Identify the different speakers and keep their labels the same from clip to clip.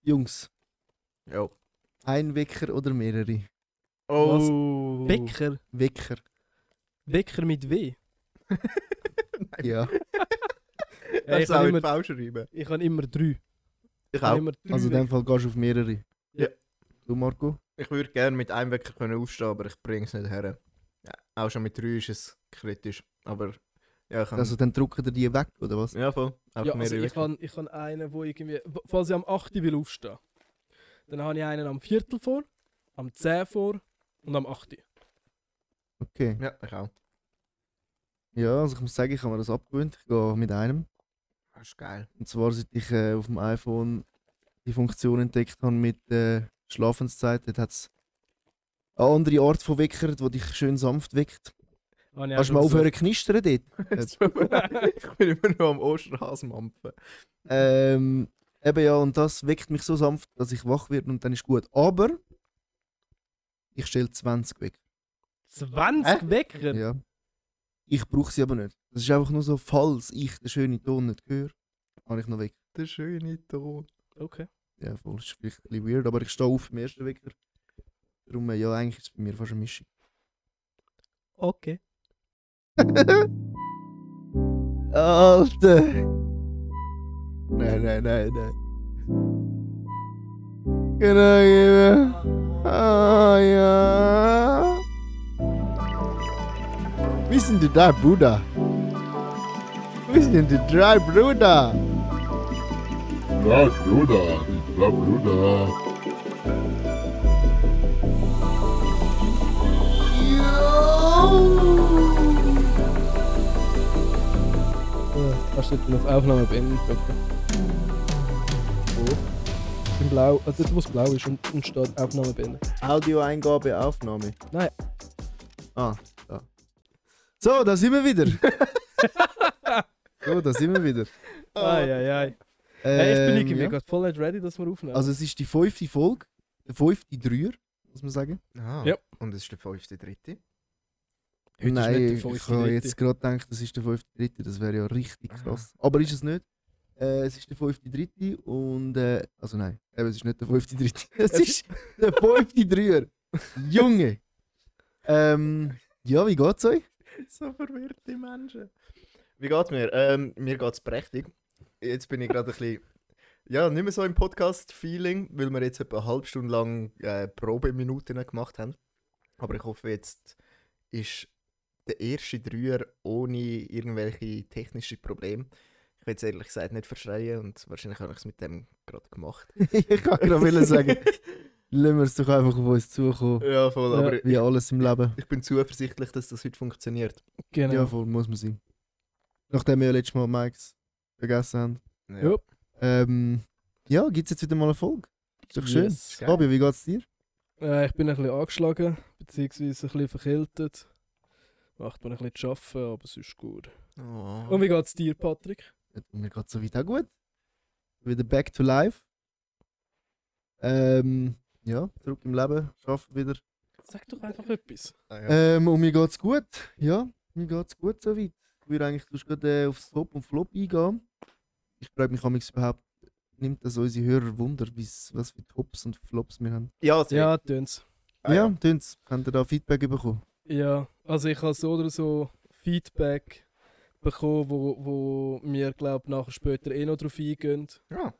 Speaker 1: Jungs,
Speaker 2: Jo.
Speaker 1: ein Wecker oder mehrere?
Speaker 2: Oh.
Speaker 3: Bäcker.
Speaker 1: Wecker.
Speaker 3: Bäcker mit W.
Speaker 1: Ja.
Speaker 3: Ja, ich
Speaker 2: Das
Speaker 3: habe
Speaker 2: soll ich
Speaker 3: immer-
Speaker 2: falsch schreiben.
Speaker 3: Ich habe immer drei.
Speaker 2: Ich
Speaker 3: habe
Speaker 2: auch.
Speaker 3: immer drei
Speaker 1: Also in
Speaker 3: Wecker.
Speaker 1: dem Fall gehst du auf mehrere.
Speaker 3: Ja.
Speaker 1: Du Marco?
Speaker 2: Ich würde gerne mit einem Wecker können aufstehen, aber ich bringe es nicht her. Ja, auch schon mit drei ist es kritisch. Aber ja, ich kann.
Speaker 1: Also dann drücken dir die weg, oder was?
Speaker 2: ja, voll. Einfach
Speaker 3: Ja, also
Speaker 2: mehrere
Speaker 3: ich
Speaker 2: Wecker.
Speaker 3: habe ich hab einen, wo irgendwie, falls ich am 8. Uhr will aufstehen dann habe ich einen am Viertel vor, am 10 vor und am 8. Uhr.
Speaker 1: Okay.
Speaker 2: Ja, ich auch.
Speaker 1: Ja, also ich muss sagen, ich habe mir das abgewöhnt. Ich gehe mit einem.
Speaker 2: Das ist geil.
Speaker 1: Und zwar, seit ich äh, auf dem iPhone die Funktion entdeckt habe mit äh, Schlafenszeit, dort hat es eine andere Art von Wecker, die dich schön sanft weckt.
Speaker 3: Habe ich auch
Speaker 1: Kannst du
Speaker 3: schon
Speaker 1: mal
Speaker 3: versucht.
Speaker 1: aufhören zu knistern dort?
Speaker 2: ich bin immer nur am Osterhasen mampfen.
Speaker 1: Ähm, eben ja, und das weckt mich so sanft, dass ich wach werde und dann ist gut. Aber ich stelle 20 weg.
Speaker 3: 20 Wecker?
Speaker 1: Ja. Ich brauche sie aber nicht. Das ist einfach nur so, falls ich den schönen Ton nicht höre, habe ich noch weg.
Speaker 2: Der schöne Ton.
Speaker 3: Okay.
Speaker 1: Ja, voll, ist vielleicht ein bisschen weird, aber ich stehe auf dem ersten Wecker. Darum, äh, ja, eigentlich ist es bei mir fast eine Mischung.
Speaker 3: Okay.
Speaker 1: Alter! Nein, nein, nein, nein. Genau, genau. Ah, ja. Wir sind die drei Brüder. Wir sind die drei Brüder.
Speaker 4: Black Buddha, Black Buddha.
Speaker 3: Kannst du nicht auf Aufnahme beenden drücken?
Speaker 1: Oh.
Speaker 3: Im Blau, also dort, wo es blau ist und, und steht Aufnahme beenden.
Speaker 1: Audioeingabe, Aufnahme.
Speaker 3: Nein.
Speaker 1: Ah, da. So, da sind wir wieder. so, da sind wir wieder. Ah.
Speaker 3: Eieiei.
Speaker 1: Ähm,
Speaker 3: Hey, ich bin irgendwie
Speaker 1: ja.
Speaker 3: gerade voll nicht ready, dass wir aufnehmen.
Speaker 1: Also es ist die fünfte Folge, der fünfte Dreier, muss man sagen.
Speaker 2: Ah.
Speaker 3: Ja.
Speaker 2: Und es ist der fünfte, dritte.
Speaker 3: Heute ist
Speaker 1: Nein,
Speaker 3: nicht der
Speaker 1: ich
Speaker 3: fünfte
Speaker 1: habe
Speaker 3: Dritte. Ah.
Speaker 1: jetzt gerade gedacht, das ist der fünfte Dritte, das wäre ja richtig
Speaker 2: Aha.
Speaker 1: krass. Aber ist es nicht. Äh, es ist der fünfte Dritte und, äh, also nein, eben, es ist nicht der fünfte Dritte, es
Speaker 3: Es-
Speaker 1: ist der fünfte Dreier. Junge! Ähm, ja, wie geht's euch?
Speaker 2: So verwirrte Menschen. Wie geht's mir? Ähm, mir geht's prächtig. Jetzt bin ich gerade ein bisschen. Ja, nicht mehr so im Podcast-Feeling, weil wir jetzt etwa eine halbe Stunde lang äh, Probeminuten gemacht haben. Aber ich hoffe, jetzt ist der erste Dreier ohne irgendwelche technischen Probleme. Ich will es ehrlich gesagt nicht verschreien und wahrscheinlich habe ich es mit dem gerade gemacht.
Speaker 1: ich kann gerade wollen sagen, lassen wir es doch einfach auf uns zukommen.
Speaker 2: Ja, voll,
Speaker 3: Ja.
Speaker 2: aber ich-
Speaker 1: Wie alles im Leben.
Speaker 2: ich bin zuversichtlich, dass das heute funktioniert.
Speaker 3: Genau.
Speaker 1: Ja, voll, muss man sein. Nachdem wir ja letztes Mal Mikes vergessen haben.
Speaker 2: Ja.
Speaker 3: Ja.
Speaker 1: Ähm, ja, gibt's jetzt wieder mal eine Folge? Ist doch schön.
Speaker 3: Yes.
Speaker 2: Geil.
Speaker 1: Fabio, wie geht's dir?
Speaker 3: Äh, ich bin ein bisschen angeschlagen, beziehungsweise ein bisschen verkältet. Macht mir ein bisschen zu arbeiten, aber es ist gut.
Speaker 2: Oh.
Speaker 3: Und wie geht's dir, Patrick?
Speaker 1: Mir geht's soweit auch gut. Wieder back to life. Ähm, ja, zurück im Leben, schaffen wieder.
Speaker 3: Sag doch einfach etwas.
Speaker 2: Ah, ja.
Speaker 1: Ähm, und mir geht's gut. Ja, mir geht's gut soweit. Ich würde eigentlich sonst gerade äh, aufs Top und Flop eingehen. Ich frage mich, ob überhaupt nimmt das unsere Hörer Wunder, wie's- was für Tops und Flops wir haben.
Speaker 2: ja, also, sehr-
Speaker 3: Ja, tun's.
Speaker 2: Ah,
Speaker 1: ja, tun's. Habt ihr da Feedback bekommen?
Speaker 3: Ja, also ich habe so oder so Feedback bekommen, wo, wo wir, glaube ich, nachher später eh noch drauf eingehen.
Speaker 2: ja.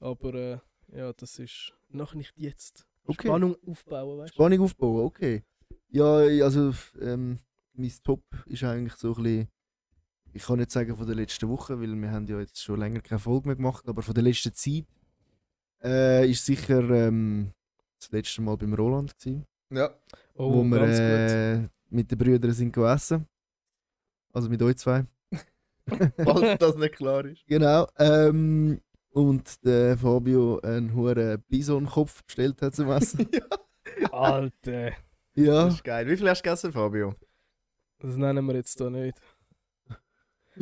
Speaker 3: Aber äh, ja, das ist noch nicht jetzt.
Speaker 1: Okay.
Speaker 3: Spannung aufbauen, weißt du?
Speaker 1: Spannung aufbauen, okay. Ja, ich- also f- ähm, mein Top ist eigentlich so ein bisschen. Ich kann nicht sagen von der letzten Woche, weil wir haben ja jetzt schon länger keine Folge mehr gemacht, aber von der letzten Zeit äh, ist sicher ähm, das letzte Mal beim Roland gewesen,
Speaker 2: ja.
Speaker 3: Oh,
Speaker 1: wo wir
Speaker 3: ganz gut.
Speaker 1: äh, mit den Brüdern sind gegessen. Also mit euch zwei.
Speaker 2: Falls das nicht klar ist.
Speaker 1: Genau. Ähm, und der Fabio einen hohen Bison-Kopf bestellt hat zum Essen.
Speaker 3: Alter,
Speaker 1: ja.
Speaker 2: Das ist geil. Wie viel hast du gegessen, Fabio?
Speaker 3: das nennen wir jetzt da nicht.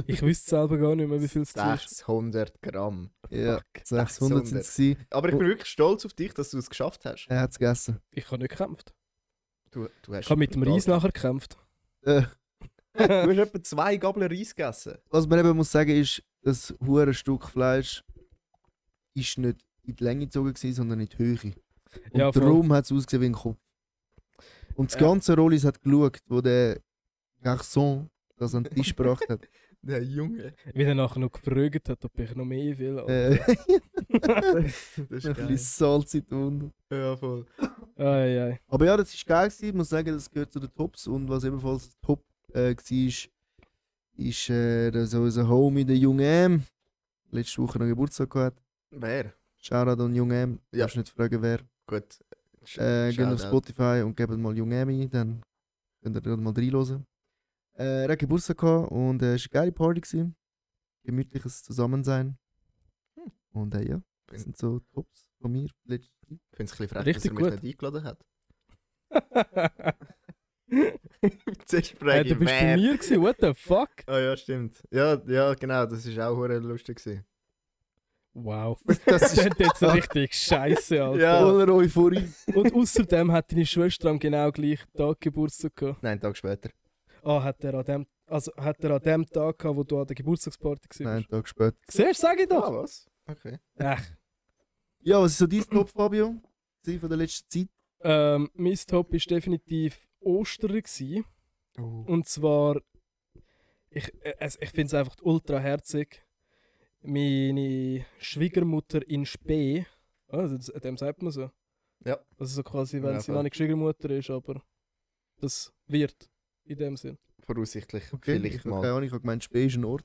Speaker 3: Ich wüsste selber gar nicht mehr, wie viel es ist.
Speaker 2: 600 Gramm.
Speaker 1: ja.
Speaker 3: Fuck.
Speaker 1: 600 sind es. gewesen.
Speaker 2: Aber
Speaker 3: Oh.
Speaker 2: ich bin wirklich stolz auf dich, dass du es geschafft hast.
Speaker 1: Er hat es gegessen.
Speaker 3: Ich habe nicht gekämpft.
Speaker 2: Du, du hast
Speaker 3: Ich habe mit dem
Speaker 2: brutal-
Speaker 3: Reis nachher gekämpft.
Speaker 1: Äh,
Speaker 2: Du hast etwa zwei Gabeln Reis gegessen.
Speaker 1: was man eben muss sagen ist, das hure Stück Fleisch ist nicht in die Länge gezogen, gewesen, sondern in die Höhe. Und
Speaker 3: Ja, voll.
Speaker 1: darum hat es ausgesehen wie ein Kopf. Und das
Speaker 3: Ja.
Speaker 1: ganze Rollis hat geschaut, wo der Garçon das an den Tisch gebracht hat.
Speaker 2: Der Junge.
Speaker 3: Wie er nachher noch gefragt hat, ob ich noch mehr will. Ah,
Speaker 1: äh,
Speaker 2: Das
Speaker 1: ein
Speaker 2: ist
Speaker 1: bisschen
Speaker 2: geil.
Speaker 1: Äh, Salz in die Wunde.
Speaker 2: Ja, voll.
Speaker 3: ei, ei.
Speaker 1: Aber ja, das war geil. Gewesen. Ich muss sagen, das gehört zu den Tops. Und was ebenfalls Top äh, war, ist äh, dass unser Homie, der Junge M. Letzte Woche noch Geburtstag gehabt.
Speaker 2: Wer?
Speaker 1: Shoutout an Junge M. Du
Speaker 2: Ja.
Speaker 1: darfst nicht fragen, wer.
Speaker 2: Gut. Sch-
Speaker 1: Äh, geht auf
Speaker 2: Shoutout.
Speaker 1: Spotify und gebt mal Junge M ein, dann könnt ihr gerade mal reinhören. Äh, er hat Geburtstag gehabt und äh, es war eine geile Party. Gewesen. Gemütliches Zusammensein.
Speaker 2: Hm.
Speaker 1: Und äh, ja, das sind so die Tops von mir. Letzte Zeit.
Speaker 2: Ich finde es ein bisschen frech, dass
Speaker 3: Richtig
Speaker 2: er mich
Speaker 3: gut.
Speaker 2: nicht eingeladen hat. Zuerst
Speaker 3: hey,
Speaker 2: frage
Speaker 3: Äh, du
Speaker 2: ich,
Speaker 3: bist bei
Speaker 2: wer?
Speaker 3: mir gewesen, what the fuck?
Speaker 2: Ah ja, stimmt. Ja, ja, genau, das ist auch hure lustig. gewesen.
Speaker 3: Wow.
Speaker 2: Das
Speaker 3: Das
Speaker 2: ist,
Speaker 3: ist jetzt richtig scheiße, Alter.
Speaker 2: ja.
Speaker 1: Voller Euphorie.
Speaker 3: Und außerdem hat deine Schwester am genau gleichen Tag Geburtstag gehabt.
Speaker 2: Nein, einen Tag später.
Speaker 3: Ah, hat er an dem, also hat er an dem Tag gehabt, wo du an der Geburtstagsparty warst?
Speaker 1: Nein, einen Tag später.
Speaker 3: Siehst du, sag ich doch.
Speaker 2: Ah, was? Okay.
Speaker 3: Ach,
Speaker 1: Ja, was ist so dein Top, Fabio? Gewesen Von der letzten Zeit?
Speaker 3: ähm, mein Top war definitiv Ostern. Gewesen.
Speaker 2: Oh.
Speaker 3: Und zwar, ich, äh, es- ich finde es einfach ultra herzig. Meine Schwiegermutter in Spee, oh, das, dem sagt man so.
Speaker 2: Ja.
Speaker 3: Also so quasi, wenn
Speaker 2: Ja,
Speaker 3: sie
Speaker 2: voll.
Speaker 3: noch nicht Schwiegermutter ist, aber das wird in dem Sinn.
Speaker 2: Voraussichtlich,
Speaker 1: ich
Speaker 2: vielleicht
Speaker 1: hab
Speaker 2: mal.
Speaker 1: Keine Ahnung, ich habe gemeint, Spee ist ein Ort.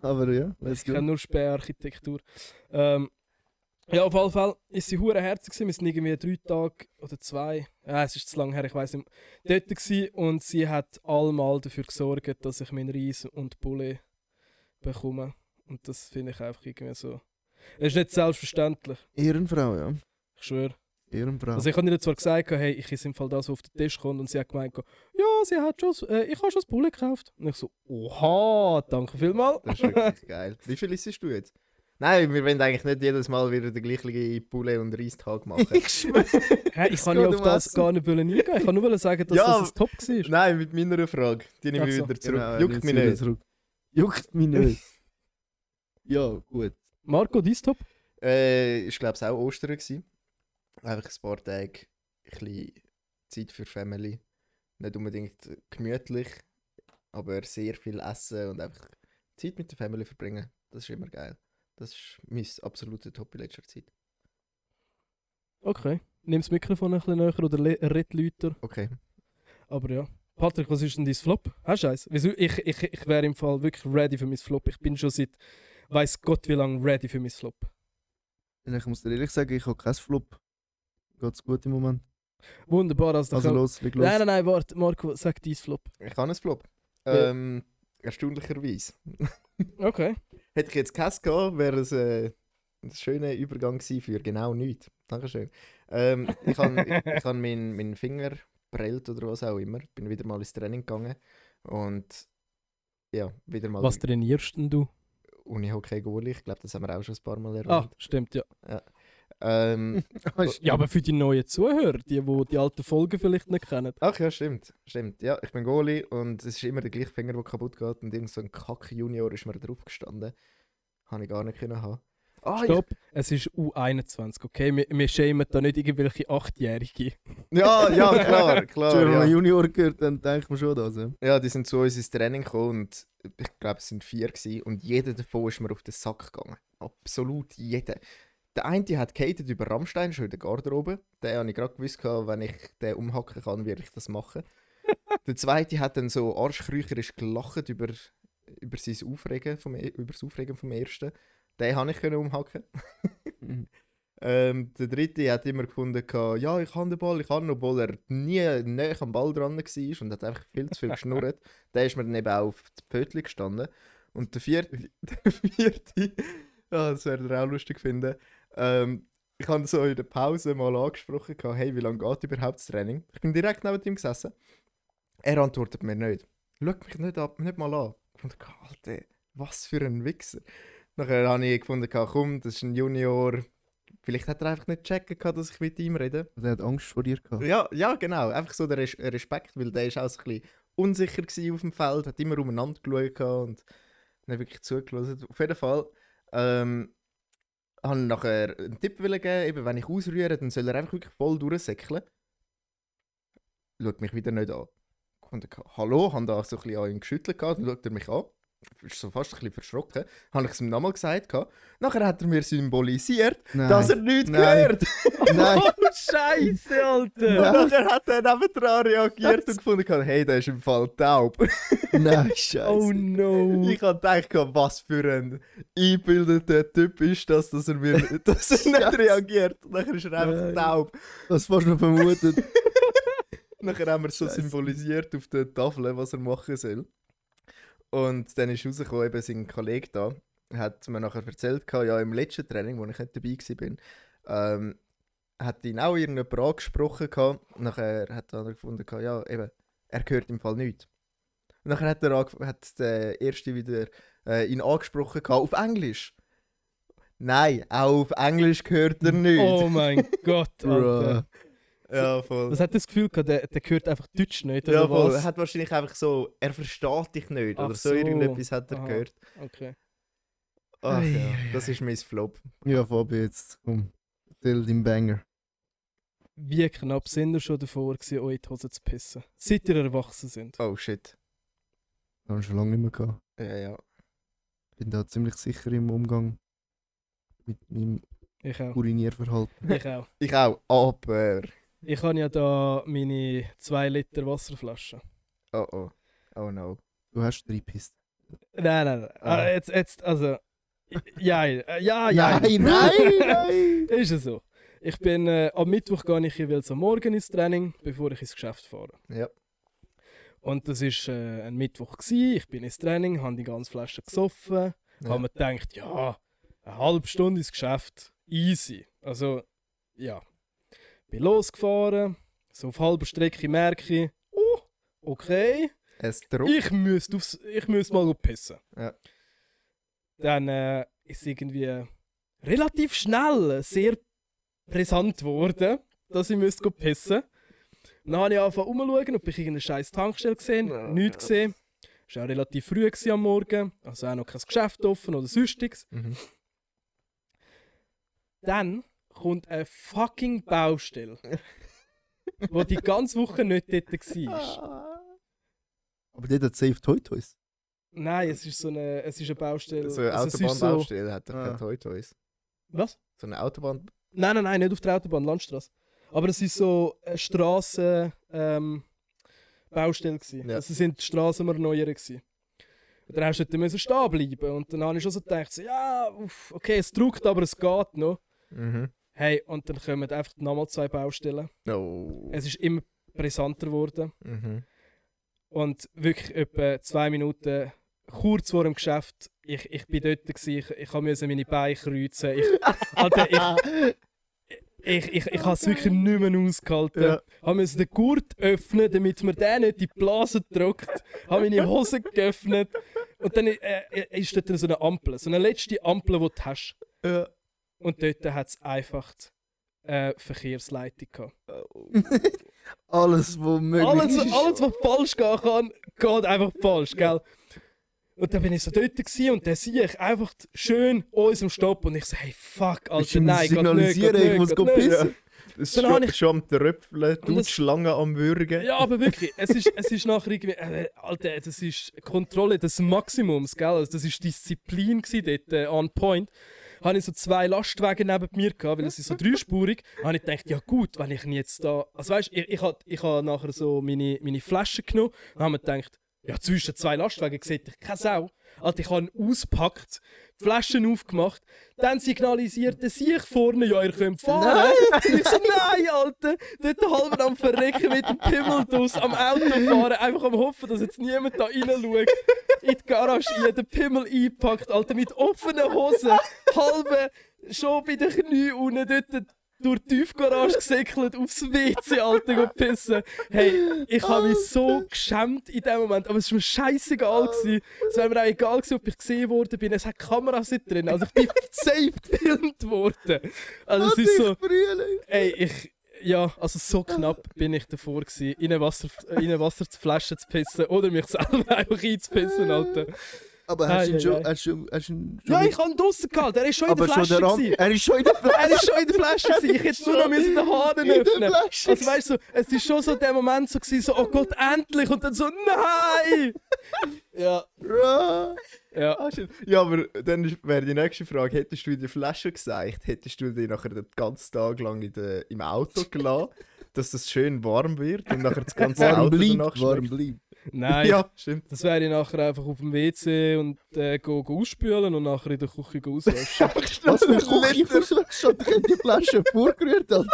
Speaker 1: Aber ja, let's
Speaker 3: Ich
Speaker 1: go.
Speaker 3: kenne nur Spee-Architektur. Ähm, ja, auf jeden Fall ist sie hure herzig. gewesen. Wir sind irgendwie drei Tage oder zwei. Ja, es ist zu lange her, ich weiß nicht. mehr, Dort gsi und sie hat allemal dafür gesorgt, dass ich meinen Reis und Bulle bekomme. Und das finde ich einfach irgendwie so. Es ist nicht selbstverständlich,
Speaker 1: Ehrenfrau, ja.
Speaker 3: ich schwöre.
Speaker 1: Ehrenfrau.
Speaker 3: Also ich habe ihr zwar gesagt, hey, ich esse im Fall das, was auf den Tisch kommt, und sie hat gemeint, ja, sie hat schon, äh, ich habe schon das Bulle gekauft. Und ich so, oha, danke vielmals.
Speaker 2: Das ist wirklich geil. Wie viel isst du jetzt? Nein, wir wollen eigentlich nicht jedes Mal wieder den gleichen Poulet und Reistag machen.
Speaker 1: ich schwöre.
Speaker 3: Hä, ich kann
Speaker 1: geht
Speaker 3: ja auf
Speaker 1: um
Speaker 3: das
Speaker 1: Essen.
Speaker 3: gar nicht wollen eingehen. Ich kann nur wollen sagen, dass
Speaker 2: Ja,
Speaker 3: das ein Top war.
Speaker 2: Nein, mit meiner Frage. Die nehme ich
Speaker 3: Ach so.
Speaker 2: wieder zurück. Juckt mich nicht.
Speaker 1: Zurück. Juckt mich nicht. ja, gut.
Speaker 3: Marco, dein Top?
Speaker 2: Äh, ich glaube, es war auch Ostern. Gewesen. Einfach ein paar Tage ein bisschen Zeit für Family. Nicht unbedingt gemütlich, aber sehr viel essen und einfach Zeit mit der Family verbringen. Das ist immer geil. Das ist mein absoluter Top in letzter Zeit.
Speaker 3: Okay. Nimm das Mikrofon ein bisschen näher oder le- red lauter.
Speaker 2: Okay.
Speaker 3: Aber ja. Patrick, was ist denn dein Flop? Hast du eins? Wieso? Ich, ich, ich wäre im Fall wirklich ready für mein Flop. Ich bin schon seit weiß Gott wie lange ready für mein Flop.
Speaker 1: Und ich muss dir ehrlich sagen, ich habe keinen Flop. Geht's gut im Moment.
Speaker 3: Wunderbar, also,
Speaker 1: Also
Speaker 3: also
Speaker 1: los, leg los.
Speaker 3: Nein, nein, nein, warte, Marco, sag dein Flop.
Speaker 2: Ich habe einen Flop.
Speaker 3: Ja.
Speaker 2: Ähm, erstaunlicherweise.
Speaker 3: Okay.
Speaker 2: Hätte ich jetzt Käse gehabt, wäre es äh, ein schöner Übergang gewesen für genau nichts. Dankeschön. Ähm, ich habe ich, ich hab meinen meinen Finger prellt oder was auch immer. Bin wieder mal ins Training gegangen. Und ja, wieder
Speaker 1: Also.
Speaker 2: mal
Speaker 3: Was trainierst denn du?
Speaker 2: Unihockey-Goalie. Ich glaube, das haben wir auch schon ein paar Mal
Speaker 3: Ah,
Speaker 2: erwähnt.
Speaker 3: stimmt, ja.
Speaker 2: Ähm,
Speaker 1: Ah,
Speaker 3: Ja, aber für die neuen Zuhörer, die, die die alten Folgen vielleicht nicht kennen.
Speaker 2: ach ja, stimmt. Stimmt. Ja, ich bin Goalie und es ist immer der gleiche Finger, der kaputt geht. Und irgend so ein Kack-Junior ist mir drauf gestanden. Habe ich gar nicht können haben. Ah, ich
Speaker 3: Stopp, es ist U21, okay? Wir, wir schämen da nicht irgendwelche Achtjährige.
Speaker 2: Ja, ja, klar,
Speaker 1: Wenn man
Speaker 2: klar. Ja.
Speaker 1: Junior gehört, dann denkt man schon das. Ja.
Speaker 2: ja, die sind zu uns ins Training gekommen und ich glaube, es sind vier gewesen, und jeder davon ist mir auf den Sack gegangen. Absolut jeder. Der eine hat gehatet über Rammstein, schon in der Garderobe. Den habe ich gerade gewusst, gehabt, wenn ich den umhacken kann, werde ich das machen. der zweite hat dann so arschkrücherisch gelacht über, über sein Aufregen, vom, E- über das Aufregen vom ersten. Den habe ich können umhacken.
Speaker 1: Mhm.
Speaker 2: Ähm, der dritte hat immer gefunden, gehabt, ja, ich habe den Ball, ich habe ihn», obwohl er nie näher am Ball dran war und hat einfach viel zu viel geschnurrt. Der ist mir dann eben auch auf die Pötli gestanden. Und der vierte, der vierte ja, das werdet ihr auch lustig finden, ähm, ich habe so in der Pause mal angesprochen, gehabt, hey, wie lange geht überhaupt das Training? Ich bin direkt neben ihm gesessen. Er antwortet mir nicht. Schaut mich nicht, ab, nicht mal an. Ich fand, Alter, was für ein Wichser. Nachher habe ich gefunden, gehabt, komm, das ist ein Junior. Vielleicht hat er einfach nicht checken, gehabt, dass ich mit ihm rede.
Speaker 1: Der hat Angst vor dir gehabt.
Speaker 2: Ja, ja, genau. Einfach so der Res Respekt, weil der ist auch so ein bisschen unsicher gewesen auf dem Feld, hat immer umeinander geschaut gehabt und nicht wirklich zugelassen. Auf jeden Fall ähm, habe nachher einen Tipp wollen geben, eben, wenn ich ausrühre, dann soll er einfach wirklich voll durchsäckeln. Schaut mich wieder nicht an. Und ich, hallo, habe da so ein bisschen an ihn geschüttelt, gehabt, dann schaut er mich an. Ist so fast ein bisschen verschrocken. Habe ich es ihm nochmal gesagt. Gehabt. Nachher hat er mir symbolisiert,
Speaker 1: Nein.
Speaker 2: dass er nichts
Speaker 1: Nein.
Speaker 2: gehört.
Speaker 1: Nein.
Speaker 3: Oh, Scheiße, Alter!
Speaker 2: Und nachher hat er nebendran reagiert und gefunden, gehabt, hey, der ist im Fall taub.
Speaker 1: Nein, scheiße.
Speaker 3: Oh no!
Speaker 2: Ich habe gedacht, was für ein eingebildeter Typ ist das, dass er, mir, dass er nicht reagiert. Nachher ist er
Speaker 1: Nein.
Speaker 2: einfach taub.
Speaker 1: Das fast noch vermutet.
Speaker 2: Nachher haben wir so
Speaker 1: Scheiße.
Speaker 2: symbolisiert auf der Tafel, was er machen soll. Und dann ist rausgekommen, eben sein Kollege da, hat mir nachher erzählt, gehabt, ja, im letzten Training, wo ich nicht dabei war, ähm, hat ihn auch irgendjemand angesprochen. Gehabt. Nachher hat er gefunden, gehabt, ja, eben, er hört im Fall nichts. Und nachher hat, er angef- hat der Erste wieder äh, ihn angesprochen, gehabt, auf Englisch. Nein, auch auf Englisch hört er nichts.
Speaker 3: Oh mein Gott,
Speaker 1: Bruh.
Speaker 3: Alter.
Speaker 2: ja, voll.
Speaker 3: Was hat das Gefühl gehabt, der, der hört einfach Deutsch nicht, oder
Speaker 2: Ja, voll. Er
Speaker 3: was?
Speaker 2: hat wahrscheinlich einfach so, er versteht dich nicht
Speaker 3: Ach
Speaker 2: oder so,
Speaker 3: so.
Speaker 2: irgendetwas hat er
Speaker 3: Aha.
Speaker 2: gehört.
Speaker 3: Okay.
Speaker 2: Ach
Speaker 1: Ei,
Speaker 2: ja,
Speaker 1: ei,
Speaker 2: das ist mein Flop.
Speaker 1: Ja, Fabi, jetzt komm. Erzähl deinen Banger.
Speaker 3: Wie knapp sind ihr schon davor gewesen, euch in die Hose zu pissen? Seit ihr erwachsen sind.
Speaker 2: Oh shit.
Speaker 1: Das haben wir schon lange nicht mehr gehabt.
Speaker 2: Ja, ja.
Speaker 1: Bin da ziemlich sicher im Umgang mit meinem
Speaker 3: Ich auch.
Speaker 1: Urinierverhalten.
Speaker 3: Ich auch.
Speaker 2: Ich auch, aber.
Speaker 3: Ich habe ja da meine 2 Liter Wasserflasche.
Speaker 2: Oh oh. Oh no.
Speaker 1: Du hast drei Pisten.
Speaker 3: Nein, nein, nein.
Speaker 2: Ah.
Speaker 3: Äh, jetzt, jetzt, also. Ja, ja,
Speaker 1: Ah,
Speaker 3: ja.
Speaker 1: Nein, nein, nein!
Speaker 3: Ist es so. Ich bin, äh, am Mittwoch gehe ich jeweils am Morgen ins Training, bevor ich ins Geschäft fahre.
Speaker 2: Ja.
Speaker 3: Und das war äh, ein Mittwoch. Gewesen. Ich bin ins Training, habe die ganze Flasche gesoffen,
Speaker 2: Ja.
Speaker 3: habe mir gedacht, ja, eine halbe Stunde ins Geschäft, easy. Also, ja. Bin losgefahren, so auf halber Strecke merke ich, oh, okay,
Speaker 2: Es Druck.
Speaker 3: ich müsste, aufs, ich müsste mal pissen.
Speaker 2: Ja.
Speaker 3: Dann äh, ist irgendwie relativ schnell sehr präsent geworden, dass ich müsste gehen pissen Dann habe ich angefangen umzuschauen, ob ich irgendeine scheiß Tankstelle gesehen
Speaker 2: Ja.
Speaker 3: nichts gesehen. Es war auch relativ früh gewesen am Morgen, also auch noch kein Geschäft offen oder sonstiges.
Speaker 2: Mhm.
Speaker 3: Dann kommt eine fucking Baustelle, wo die ganze Woche nicht dort war.
Speaker 1: Aber der hat safe Toy Toys.
Speaker 3: Nein, es ist so eine, es ist eine Baustelle.
Speaker 2: So eine
Speaker 3: also es ist
Speaker 2: Autobahnbaustelle hat er
Speaker 1: Ah.
Speaker 2: kein Toy Toys.
Speaker 3: So, was?
Speaker 2: So eine Autobahn.
Speaker 3: Nein, nein, nein, nicht auf der Autobahn, Landstraße. Aber es ist so eine Straßen, ähm, Baustelle gewesen.
Speaker 2: Ja.
Speaker 3: Also sind die Straßen immer neuer gewesen. Und dann hast du dort müssen stehen bleiben. Und dann habe ich schon so gedacht, so, ja, uff, okay, es druckt, aber es geht noch.
Speaker 2: Mhm.
Speaker 3: Hey, und dann kommen einfach nochmal zwei Baustellen.
Speaker 2: No.
Speaker 3: Es ist immer brisanter geworden.
Speaker 2: Mhm.
Speaker 3: Und wirklich etwa zwei Minuten kurz vor dem Geschäft, ich, ich bin dort, gewesen, ich, ich musste meine Beine kreuzen. Ich, Alter, ich, ich, ich, ich habe es wirklich nicht mehr ausgehalten.
Speaker 2: Ja.
Speaker 3: Habe müssen den Gurt öffnen, damit mir der nicht in die Blase drückt. habe meine Hose geöffnet. Und dann äh, ist dort so eine Ampel, so eine letzte Ampel, die du hast.
Speaker 2: Ja.
Speaker 3: Und dort hat es einfach äh, Verkehrsleitung gehabt.
Speaker 1: Alles, was möglich
Speaker 3: Alles,
Speaker 1: ist.
Speaker 3: alles, was falsch gehen kann, geht einfach falsch, gell? Und dann bin ich so dort gewesen und dann sehe ich einfach schön uns am Stopp und ich so, hey, fuck,
Speaker 1: Willst
Speaker 3: Alter,
Speaker 1: du mir
Speaker 3: nein, geht nicht,
Speaker 1: signalisieren,
Speaker 3: geht
Speaker 1: ich muss
Speaker 3: nicht,
Speaker 1: gehen
Speaker 3: geht nicht.
Speaker 1: pissen?
Speaker 2: Es
Speaker 3: Dann
Speaker 2: schon,
Speaker 3: habe ich-
Speaker 2: schon am Tröpfeln,
Speaker 3: Und
Speaker 2: tut
Speaker 3: das-
Speaker 2: Schlange am Würgen.
Speaker 3: Ja, aber wirklich, es ist, es ist nachher irgendwie, äh, Alter, das ist Kontrolle des Maximums, gell? Also das ist Disziplin gewesen dort, äh, on point. Habe ich so zwei Lastwagen neben mir gehabt, weil es ist so dreispurig. Habe ich gedacht, ja gut, wenn ich ihn jetzt da, also weißt, ich, ich habe ich hab nachher so meine, meine Flasche genommen und habe mir gedacht, ja zwischen zwei Lastwagen sehe ich keine Sau. Alter, ich habe ihn auspackt, die Flaschen aufgemacht, dann signalisierte sie ich vorne, ja, ihr könnt fahren. Und ich so, nein, Alter, dort halb am Verrecken mit dem Pimmel draus, am Auto fahren, einfach am Hoffen, dass jetzt niemand da reinschaut. In die Garage rein, den Pimmel einpackt, Alter, mit offenen Hosen, halbe schon bei den Knien unten, dort durch die Tiefgarage gesäckelt, aufs WC, Alter, go pissen. Hey, ich habe mich so geschämt in dem Moment, aber es war mir scheißegal. gewesen. Es wäre mir auch egal gewesen, ob ich gesehen worden bin, es hat Kameras nicht drin, also ich bin safe gefilmt worden. Also es ist so... Ey, ich. Ja, also so knapp bin ich davor, gewesen, in eine, Wasser, äh, in eine Wasserflasche zu pissen oder mich selber einfach einzupissen, Alter.
Speaker 1: Aber hast du
Speaker 3: Ei,
Speaker 1: ihn
Speaker 3: ei,
Speaker 1: schon.
Speaker 3: ei.
Speaker 1: Hast du, hast du ihn schon
Speaker 3: Ja, ich habe ihn draussen gehalten. Er ist schon in der
Speaker 1: aber schon
Speaker 3: Flasche.
Speaker 1: der Rand.
Speaker 3: gewesen.
Speaker 1: Er ist schon in der Flasche.
Speaker 3: Er ist schon in der Flasche. Gewesen. Ich hätte nur noch müssen den Hahn
Speaker 1: In der
Speaker 3: öffnen
Speaker 1: Flasche.
Speaker 3: Also weißt du, es war schon so der Moment so, gewesen, so, oh Gott, endlich! Und dann so, nein! Ja.
Speaker 1: Bro.
Speaker 3: Ja.
Speaker 2: Ah, shit. Ja, aber dann ist- wäre die nächste Frage, hättest du in der Flasche gesagt, hättest du die nachher den ganzen Tag lang in der, im Auto gelassen, dass das schön warm wird und nachher das ganze
Speaker 1: Warm
Speaker 2: Auto
Speaker 1: bleibt.
Speaker 2: danach
Speaker 1: Warm
Speaker 2: schmeckt?
Speaker 1: bleibt.
Speaker 3: Nein.
Speaker 2: Ja, stimmt.
Speaker 3: Das wäre ich nachher einfach auf dem WC und äh, go, go ausspülen und nachher in der Küche go auswaschen.
Speaker 1: Was für ein Kuchenflasche hat ich die Flasche vorgerührt? Alter.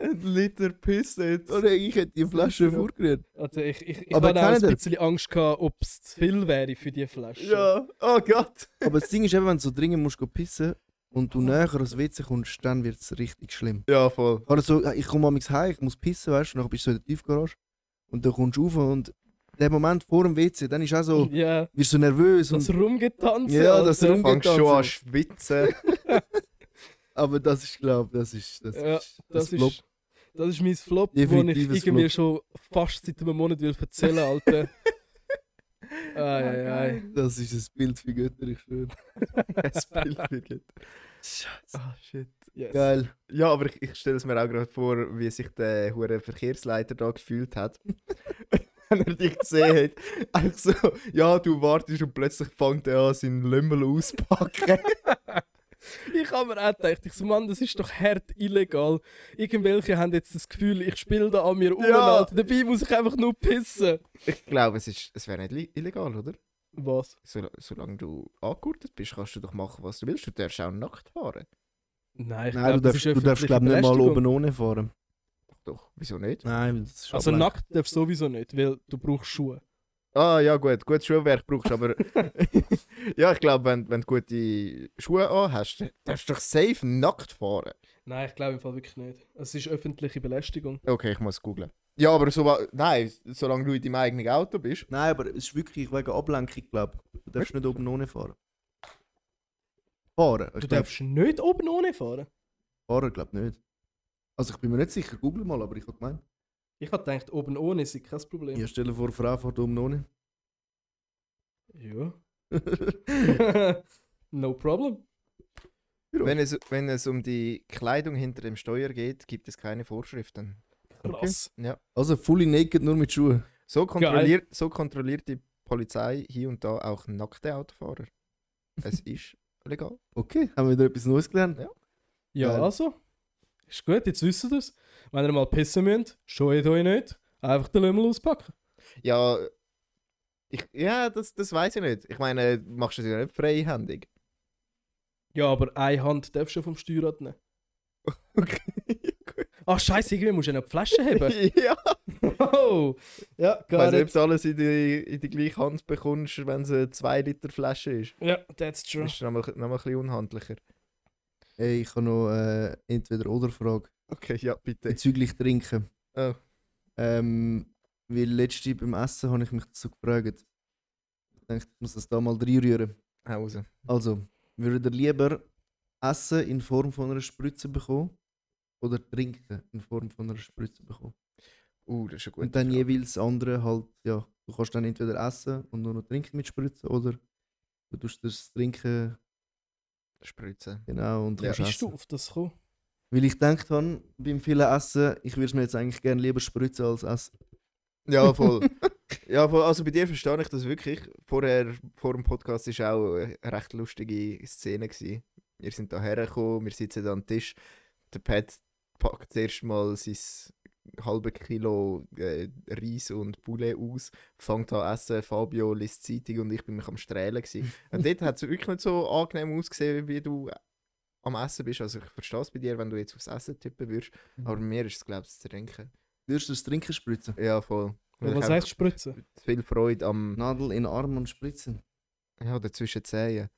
Speaker 2: Ein Liter Pisse jetzt.
Speaker 1: Oder ich hätte die Flasche vorgerührt.
Speaker 3: Also ich, ich, ich
Speaker 1: Aber
Speaker 3: hatte auch ein
Speaker 1: kennt ihr-
Speaker 3: bisschen Angst, gehabt, ob es zu viel wäre für diese Flasche.
Speaker 2: Ja, oh Gott.
Speaker 1: Aber das Ding ist eben, wenn du so dringend musst go pissen und du näher ans WC kommst, dann wird es richtig schlimm.
Speaker 2: Ja, voll.
Speaker 1: Oder so, ich komme am heim, ich muss pissen, weißt du, und dann bist du so in der Tiefgarage. Und dann kommst du rauf und der Moment vor dem WC, dann ist auch so,
Speaker 3: Ja,
Speaker 1: wirst du nervös.
Speaker 3: das
Speaker 1: Und,
Speaker 3: Rumgetanzen.
Speaker 1: ja, das
Speaker 3: Alter.
Speaker 1: Rumgetanzen.
Speaker 2: Fangst schon an zu schwitzen.
Speaker 1: aber das ist, glaube ich, das ist. Das
Speaker 3: Ja,
Speaker 1: ist,
Speaker 3: Das
Speaker 1: Flop.
Speaker 3: ist, das ist mein Flop, den ich
Speaker 1: Definitives
Speaker 3: irgendwie schon fast seit einem Monat will erzählen Alter. ei, ei, ei.
Speaker 1: Das ist ein Bild für Götter, ich schwöre.
Speaker 2: Das Bild wird. Ah, shit.
Speaker 3: Yes.
Speaker 1: Geil.
Speaker 2: Ja, aber ich, ich stelle es mir auch gerade vor, wie sich der hure Verkehrsleiter da gefühlt hat. Wenn er dich gesehen hat. Einfach so, ja, du wartest und plötzlich fängt er an, seinen Lümmel auspacken.
Speaker 3: Ich habe mir auch gedacht, ich so, Mann, das ist doch hart illegal. Irgendwelche haben jetzt das Gefühl, ich spiele da an mir rum,
Speaker 2: Ja.
Speaker 3: Alter. Dabei muss ich einfach nur pissen.
Speaker 2: ich glaube, es, ist- es wäre nicht li- illegal, oder?
Speaker 3: Was?
Speaker 2: So, solange du angegurtet bist, kannst du doch machen, was du willst. Du darfst auch nackt fahren.
Speaker 3: Nein, ich
Speaker 1: Nein,
Speaker 3: glaub,
Speaker 1: du
Speaker 3: das
Speaker 1: darfst,
Speaker 3: ist
Speaker 1: du darfst
Speaker 3: öffentliche
Speaker 1: glaube nicht mal
Speaker 3: Belästigung.
Speaker 1: oben ohne fahren.
Speaker 2: Doch, wieso nicht?
Speaker 1: Nein, weil das ist
Speaker 3: Also
Speaker 1: ablenkt.
Speaker 3: nackt darfst du sowieso nicht, weil du brauchst Schuhe.
Speaker 2: Ah, ja, gut, gutes Schuhwerk brauchst du, aber. ja, ich glaube, wenn, wenn du gute Schuhe an hast, darfst du doch safe nackt fahren.
Speaker 3: Nein, ich glaube im Fall wirklich nicht. Es ist öffentliche Belästigung.
Speaker 2: Okay, ich muss googlen. Ja, aber so, nein, solange du in deinem eigenen Auto bist.
Speaker 1: Nein, aber es ist wirklich wegen Ablenkung, glaube ich. Du darfst nicht oben ohne fahren. Fahren? Ich
Speaker 3: Du
Speaker 1: du
Speaker 3: darfst nicht oben ohne fahren.
Speaker 1: fahren, glaube ich nicht. Also ich bin mir nicht sicher, google mal, aber ich habe gemeint.
Speaker 3: Ich habe gedacht, oben ohne ist kein Problem.
Speaker 1: Ja, stell dir vor, eine Frau fährt oben ohne.
Speaker 3: Ja. no problem.
Speaker 2: Wenn es, wenn es um die Kleidung hinter dem Steuer geht, gibt es keine Vorschriften.
Speaker 3: Krass.
Speaker 2: Ja.
Speaker 1: Also fully naked, nur mit Schuhen.
Speaker 2: So kontrolliert,
Speaker 1: also
Speaker 2: so kontrolliert die Polizei hier und da auch nackte Autofahrer. Es ist legal.
Speaker 1: Okay, haben wir wieder etwas Neues gelernt?
Speaker 2: Ja.
Speaker 3: Ja,
Speaker 1: Geil.
Speaker 3: also. Ist gut, jetzt wisst ihr das. Wenn ihr mal pissen müsst, scheut euch nicht. Einfach den Lümmel auspacken.
Speaker 2: Ja, ich, ja das, das weiß ich nicht. Ich meine, machst du das ja nicht freihändig.
Speaker 3: Ja, aber eine Hand darfst du vom Steuerrad nehmen.
Speaker 2: Okay.
Speaker 3: Ach, Ah, scheiße, irgendwie musst du ja noch die Flasche haben.
Speaker 2: ja.
Speaker 3: Oh. Ja,
Speaker 2: Ich
Speaker 3: gar
Speaker 2: weiß nicht,
Speaker 3: nicht.
Speaker 2: ob du alles in die, in die gleiche Hand bekommst, wenn es eine 2-Liter-Flasche ist.
Speaker 3: Ja, that's
Speaker 2: Das
Speaker 3: true.
Speaker 2: ist nochmal noch mal ein bisschen unhandlicher.
Speaker 1: Hey, ich habe noch äh, entweder oder Frage
Speaker 2: Okay, ja, bitte.
Speaker 1: bezüglich Trinken.
Speaker 2: Oh.
Speaker 1: Ähm, weil letztens beim Essen habe ich mich so gefragt. Ich dachte, ich muss das da mal reinrühren.
Speaker 2: Hause.
Speaker 1: Also, würdet ihr lieber Essen in Form von einer Spritze bekommen oder Trinken in Form von einer Spritze bekommen?
Speaker 2: Uh, das ist eine gute
Speaker 1: und dann
Speaker 2: Frage.
Speaker 1: jeweils das andere halt, ja, du kannst dann entweder essen und nur noch trinken mit Spritzen oder du tust das Trinken,
Speaker 2: Spritzen.
Speaker 1: genau, und
Speaker 2: Ja.
Speaker 1: kannst
Speaker 3: Bist du
Speaker 1: essen.
Speaker 3: auf das gekommen?
Speaker 1: Weil ich gedacht habe, beim vielen Essen, ich würde es mir jetzt eigentlich gerne lieber spritzen als essen.
Speaker 2: Ja, voll. ja, voll. Also bei dir verstehe ich das wirklich. Vorher, vor dem Podcast, war auch eine recht lustige Szene. Gewesen. Wir sind da hergekommen, wir sitzen da am Tisch. Der Pat packt zuerst mal sein halbe Kilo äh, Reis und Poulet aus, fängt an essen, Fabio liest Zeitung und ich bin mich am Strählen. Gewesen. Und dort hat es wirklich nicht so angenehm ausgesehen, wie du am Essen bist. Also ich verstehe es bei dir, wenn du jetzt aufs Essen tippen würdest.
Speaker 3: Mhm.
Speaker 2: Aber mir ist es, glaube ich, das Trinken.
Speaker 1: Würdest du das Trinken spritzen?
Speaker 2: Ja, voll. Weil ich
Speaker 3: Was
Speaker 2: einfach-
Speaker 3: heißt Spritzen?
Speaker 2: viel Freude am
Speaker 1: Nadel in Arm und spritzen.
Speaker 2: ja, oder zwischen Zehen.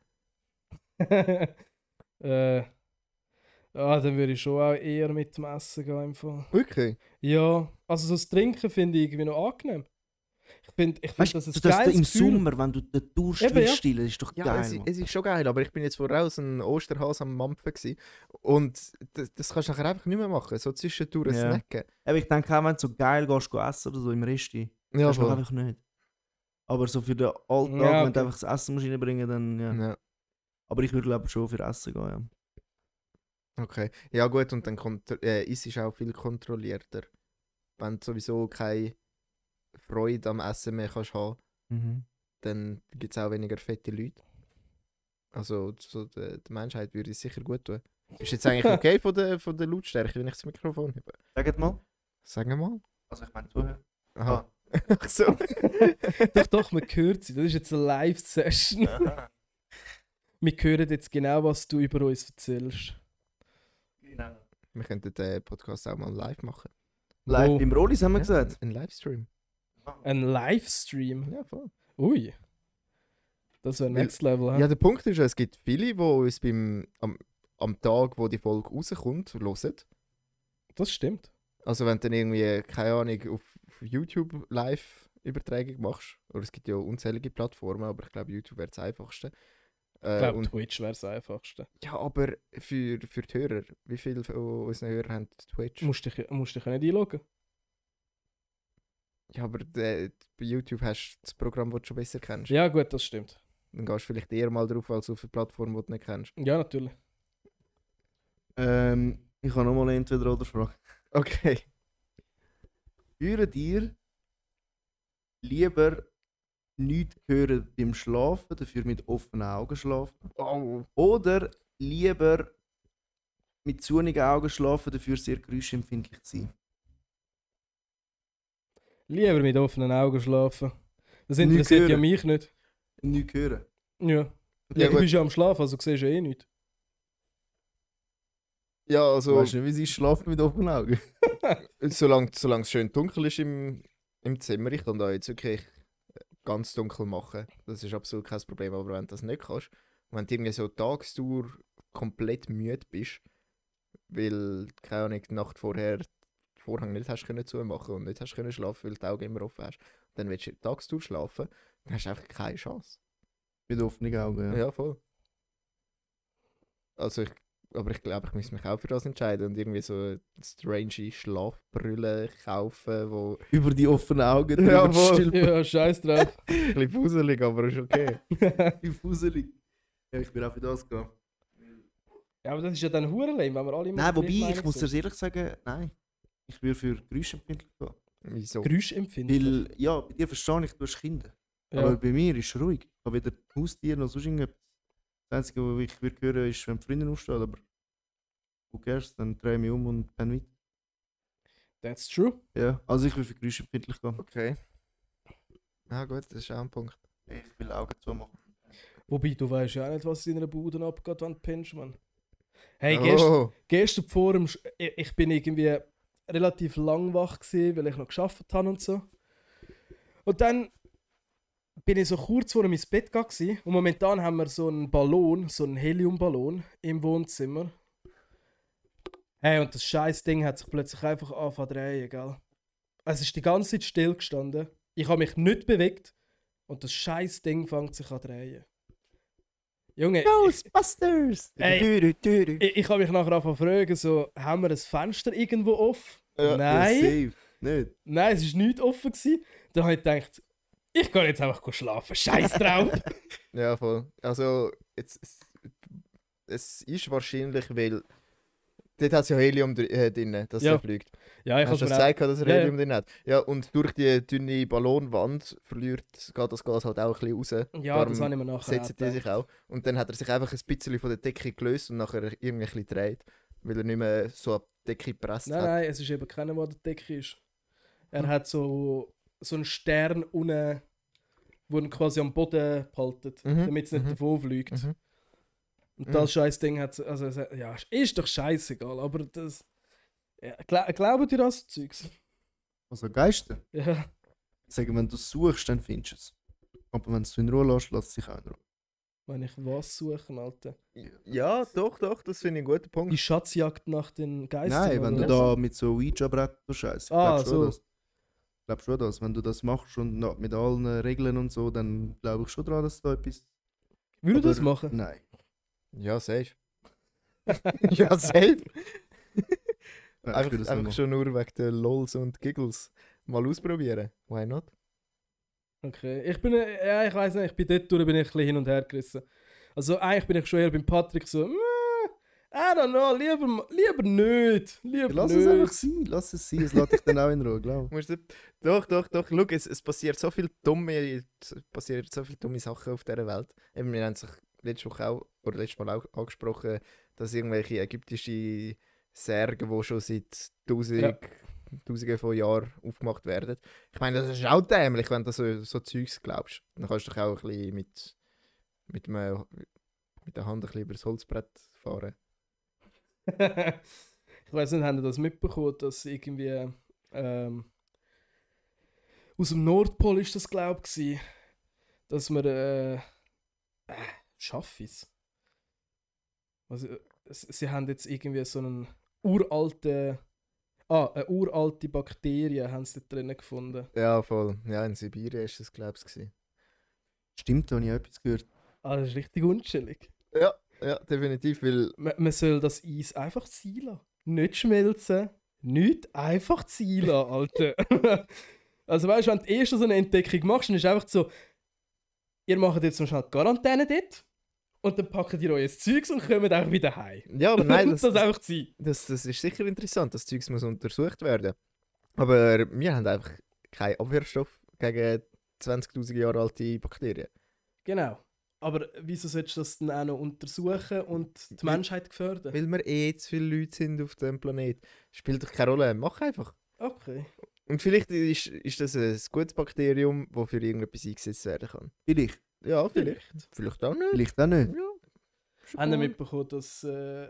Speaker 3: äh. Ah, dann würde ich schon auch eher mit dem Essen gehen. Im Fall.
Speaker 2: Wirklich?
Speaker 3: Ja, also so das Trinken finde ich irgendwie noch angenehm. Ich finde, ich find,
Speaker 1: Weißt
Speaker 3: das
Speaker 1: du,
Speaker 3: ist
Speaker 1: dass du
Speaker 3: geiles
Speaker 1: im
Speaker 3: Gefühl.
Speaker 1: Sommer, wenn du den Durst
Speaker 3: Eben,
Speaker 1: Eben,
Speaker 3: ja.
Speaker 1: stillen, ist doch
Speaker 2: Ja, es,
Speaker 1: geil.
Speaker 2: i-
Speaker 1: Mann.
Speaker 2: es ist schon geil, aber ich bin jetzt voraus ein Osterhase am Mampfen gewesen. und das, das kannst du nachher einfach nicht mehr machen, so zwischendurch
Speaker 1: Ja.
Speaker 2: snacken.
Speaker 1: Aber ich denke auch, wenn du so geil gehst, go essen oder so im Resti,
Speaker 2: Ja,
Speaker 1: kannst du
Speaker 2: voll.
Speaker 1: einfach nicht. Aber so für den Alltag,
Speaker 3: Ja,
Speaker 1: wenn
Speaker 3: okay.
Speaker 1: du einfach das Essen musst reinbringen dann ja.
Speaker 2: Ja.
Speaker 1: Aber ich würde glaube schon für Essen gehen, ja.
Speaker 2: Okay. Ja, gut, und dann kontro- äh, ist es auch viel kontrollierter. Wenn du sowieso keine Freude am Essen mehr kannst haben,
Speaker 1: Mhm.
Speaker 2: dann gibt es auch weniger fette Leute. Also, so der, der Menschheit würde es sicher gut tun. Ist jetzt eigentlich okay von der, von der Lautstärke, wenn ich das Mikrofon habe?
Speaker 1: Sagt mal.
Speaker 2: Sagen wir mal.
Speaker 1: Also ich meine zuhören.
Speaker 2: Aha. Ach so.
Speaker 3: Doch, doch, man hört sie. Das ist jetzt eine Live-Session. Wir hören jetzt genau, was du über uns erzählst.
Speaker 1: Genau.
Speaker 2: Wir könnten den Podcast auch mal live machen.
Speaker 1: Live
Speaker 3: Wo-
Speaker 1: im Rollis haben wir gesagt.
Speaker 2: Ein Livestream.
Speaker 3: Ein Livestream.
Speaker 2: Ja, voll.
Speaker 3: Ui. Das wäre
Speaker 2: Weil-
Speaker 3: Next Level, hä?
Speaker 2: Ja, der Punkt ist, ja, es gibt viele, die uns beim, am, am Tag, wo die Folge rauskommt, hören.
Speaker 3: Das stimmt.
Speaker 2: Also wenn du dann irgendwie, keine Ahnung, auf auf YouTube Live-Übertragung machst, oder es gibt ja unzählige Plattformen, aber ich glaube, YouTube wäre das einfachste.
Speaker 3: Ich
Speaker 2: Äh,
Speaker 3: glaube,
Speaker 2: und,
Speaker 3: Twitch wäre das einfachste.
Speaker 2: ja, aber für, für die Hörer, wie viele von unseren Hörern haben Twitch?
Speaker 3: Musst dich, musst dich ja nicht einloggen.
Speaker 2: Ja, aber der- bei YouTube hast du das Programm, das du schon besser kennst.
Speaker 3: Ja, gut, das stimmt.
Speaker 2: Dann gehst du vielleicht eher mal drauf, als auf eine Plattform, die du nicht kennst.
Speaker 3: Ja, natürlich.
Speaker 1: Ähm, ich habe nochmal eine entweder oder Frage.
Speaker 2: Okay.
Speaker 1: Hören dir lieber nichts hören beim Schlafen, dafür mit offenen Augen schlafen? Oder lieber mit zunigen Augen schlafen, dafür sehr geräuschempfindlich sein?
Speaker 3: Lieber mit offenen Augen schlafen. Das
Speaker 1: Nicht
Speaker 3: interessiert ja
Speaker 1: hören.
Speaker 3: mich nicht.
Speaker 1: Nichts hören.
Speaker 3: Ja.
Speaker 2: Ja,
Speaker 3: ja du
Speaker 2: gut.
Speaker 3: bist ja am Schlafen, also siehst ja eh nichts.
Speaker 2: Ja,
Speaker 1: Du
Speaker 2: also,
Speaker 1: weißt nicht, wie sie schlafen mit offenen Augen.
Speaker 2: solange, solange es schön dunkel ist im, im Zimmer, ich kann da jetzt wirklich äh, ganz dunkel machen. Das ist absolut kein Problem. Aber wenn du das nicht kannst, wenn du irgendwie so tagsdur komplett müde bist, weil, keine Ahnung, die Nacht vorher den Vorhang nicht hast können zumachen und nicht hast können schlafen, weil die Augen immer offen hast, dann willst du tagsdur schlafen, dann hast du einfach keine Chance.
Speaker 1: Mit offenen Augen,
Speaker 2: Ja,
Speaker 1: ja.
Speaker 2: voll. Also ich, aber ich glaube, ich muss mich auch für das entscheiden und irgendwie so eine strange Schlafbrille kaufen, wo
Speaker 1: Über die offenen Augen drüber
Speaker 2: Jawohl.
Speaker 1: still
Speaker 3: Ja, scheiß drauf.
Speaker 2: Ein bisschen fuselig, aber ist okay.
Speaker 1: fuselig. Ja, ich bin auch für das gegangen.
Speaker 3: Ja, aber das ist ja dann Hurenlein, wenn wir alle immer
Speaker 1: Nein,
Speaker 3: der gleichen
Speaker 1: wobei, ich
Speaker 3: Meinung
Speaker 1: muss
Speaker 3: sind.
Speaker 1: dir ehrlich sagen, nein. Ich würde für geräuschempfindlich gehen.
Speaker 2: Wieso?
Speaker 3: Geräuschempfindlich.
Speaker 1: Weil, ja, bei dir verstehe ich, du hast Kinder.
Speaker 3: Ja.
Speaker 1: Aber bei mir ist es ruhig. Ich habe weder Haustier noch sonst irgendetwas. Das Einzige, was ich würde hören, ist, wenn die Freundin aufsteht, aber who cares, dann drehe ich mich um und dann weiter.
Speaker 3: That's true.
Speaker 1: Ja, also ich will für geräuschempfindlich gehen.
Speaker 2: Okay. Ah gut, das ist auch ein Punkt.
Speaker 1: Ich will Augen zumachen.
Speaker 3: Wobei, du weißt ja auch nicht, was in einer Bude abgeht, wenn du pinnst, man. Hey, gestern,
Speaker 2: oh,
Speaker 3: gestern vor dem... Sch ich, ich bin irgendwie relativ lang wach gewesen, weil ich noch geschafft habe und so. Und dann bin ich so kurz vor meinem Bett gegangen gewesen. und momentan haben wir so einen Ballon, so einen Heliumballon im Wohnzimmer. Hey, und das scheiß Ding hat sich plötzlich einfach angefangen zu drehen, gell? Es ist die ganze Zeit stillgestanden. Ich habe mich nicht bewegt und das scheiß Ding fängt sich an zu drehen. Junge, ich,
Speaker 1: Ghostbusters!
Speaker 3: Ey.
Speaker 1: Türü, türü.
Speaker 3: ich, ich habe mich nachher angefangen zu fragen, so, haben wir ein Fenster irgendwo offen? Nein.
Speaker 1: Ja, safe. Nicht.
Speaker 3: Nein, es war nicht offen. Gewesen. Dann habe ich gedacht, ich gehe jetzt einfach schlafen. Scheiß drauf.
Speaker 2: ja voll. Also, jetzt, es, es ist wahrscheinlich, weil dort hat es ja Helium dr- äh, drin, dass
Speaker 3: Ja.
Speaker 2: er fliegt.
Speaker 3: ja, ich
Speaker 2: Hast du das
Speaker 3: habe mir auch-
Speaker 2: gezeigt, dass er
Speaker 3: Ja, ja.
Speaker 2: Helium drin hat? Ja, und durch die dünne Ballonwand verliert, geht das Gas halt auch ein bisschen raus.
Speaker 3: Ja, das
Speaker 2: Darum
Speaker 3: habe ich mir nachher auch
Speaker 2: Setzen die
Speaker 3: gedacht.
Speaker 2: sich auch. Und dann hat er sich einfach ein bisschen von der Decke gelöst und nachher irgendwie ein bisschen gedreht, weil er nicht mehr so an die Decke gepresst
Speaker 3: Nein,
Speaker 2: hat.
Speaker 3: nein, es ist eben keiner, der an der Decke ist. Er
Speaker 2: Hm.
Speaker 3: hat so, so einen Stern unten, wo ihn quasi am Boden behaltet,
Speaker 2: Mhm,
Speaker 3: damit es nicht
Speaker 2: mhm.
Speaker 3: davon fliegt.
Speaker 2: Mhm.
Speaker 3: Und das scheiß Ding hat also es hat- ja, ist doch scheißegal, aber das. Ja, gla glaubt ihr das Zeugs?
Speaker 1: Also Geister.
Speaker 3: Ja.
Speaker 1: Sagen, wenn du es suchst, dann findest du es. Aber wenn du es in Ruhe lässt, lässt es sich auch in Ruhe.
Speaker 3: Wenn ich was suche, Alter.
Speaker 2: Ja, doch, doch, das finde ich einen guten
Speaker 3: Die
Speaker 2: Punkt.
Speaker 3: Schatzjagd nach den Geistern.
Speaker 1: Nein, wenn
Speaker 3: oder
Speaker 1: du
Speaker 3: was?
Speaker 1: da mit so Ouija-Brett so scheiße.
Speaker 3: Ah,
Speaker 1: glaubst
Speaker 3: so.
Speaker 1: schon das. Ich glaube schon das. Wenn du das machst und noch mit allen Regeln und so, dann glaube ich schon daran, dass da etwas.
Speaker 3: Würde
Speaker 1: Aber
Speaker 3: das machen?
Speaker 1: Nein.
Speaker 2: Ja, safe. ja, safe.
Speaker 1: Nein, ich
Speaker 2: einfach
Speaker 1: würde das nicht
Speaker 2: einfach
Speaker 1: machen.
Speaker 2: schon nur wegen der Lols und Giggles mal ausprobieren. Why not?
Speaker 3: Okay. Ich bin, äh, ja, ich weiß nicht, ich bin dort durch, bin ich ein bisschen hin und her gerissen. Also eigentlich bin ich schon eher beim Patrick so, «Mm, I don't know, lieber, lieber nicht. Lieber
Speaker 1: Lass
Speaker 3: nicht.
Speaker 1: es einfach sein, lass es sein, es lässt dich dann auch in Ruhe, glaub.
Speaker 2: Musst du, doch, doch, doch. Schau, es, es passiert so viel dumme, es passiert so viel dumme Sachen auf dieser Welt. Eben, wir haben sich letzte Woche auch, oder letztes Mal auch angesprochen, dass irgendwelche ägyptische Särge, die schon seit tausend,
Speaker 3: Ja.
Speaker 2: tausenden von Jahren aufgemacht werden. Ich meine, das ist auch dämlich, wenn du so, so Zeugs glaubst. Dann kannst du dich auch ein bisschen mit, mit, einem, mit der Hand ein bisschen über das Holzbrett fahren.
Speaker 3: ich weiß nicht, haben ihr das mitbekommen, dass irgendwie ähm, aus dem Nordpol ist das glaube ich, dass man äh, äh, Schaffis. Also, äh, s- sie haben jetzt irgendwie so einen uralten ah, eine uralte Bakterie haben sie dort drinnen gefunden.
Speaker 2: Ja, voll. Ja, in Sibirien ist das, glaube ich.
Speaker 1: Stimmt, da habe ich auch etwas gehört.
Speaker 3: Ah, das ist richtig unschillig.
Speaker 2: Ja, ja, definitiv, weil
Speaker 3: Man, man soll das Eis einfach ziehen lassen. Nicht schmelzen. Nicht einfach ziehen lassen, Alter. also weißt du, wenn du eh schon so eine Entdeckung machst, dann ist einfach so, ihr macht jetzt zum Beispiel die Quarantäne dort und dann packt ihr euer Zeugs und kommt auch wieder heim.
Speaker 2: Ja, aber nein, das,
Speaker 3: das
Speaker 2: das,
Speaker 3: einfach ziehen.
Speaker 2: das, das ist sicher interessant. Das Zeugs muss untersucht werden. Aber wir haben einfach keinen Abwehrstoff gegen 20.000 Jahre alte Bakterien.
Speaker 3: Genau. Aber wieso solltest du das dann auch noch untersuchen und die Menschheit gefördern?
Speaker 2: Weil wir eh zu viele Leute sind auf dem Planeten. Spielt doch keine Rolle. Mach einfach.
Speaker 3: Okay.
Speaker 2: Und vielleicht ist, ist das ein gutes Bakterium, das für irgendetwas eingesetzt werden kann.
Speaker 1: Vielleicht.
Speaker 2: Ja, vielleicht. Vielleicht auch nicht.
Speaker 1: Vielleicht auch nicht.
Speaker 2: Ja. Schon
Speaker 3: Haben wir
Speaker 2: cool.
Speaker 3: mitbekommen, dass äh,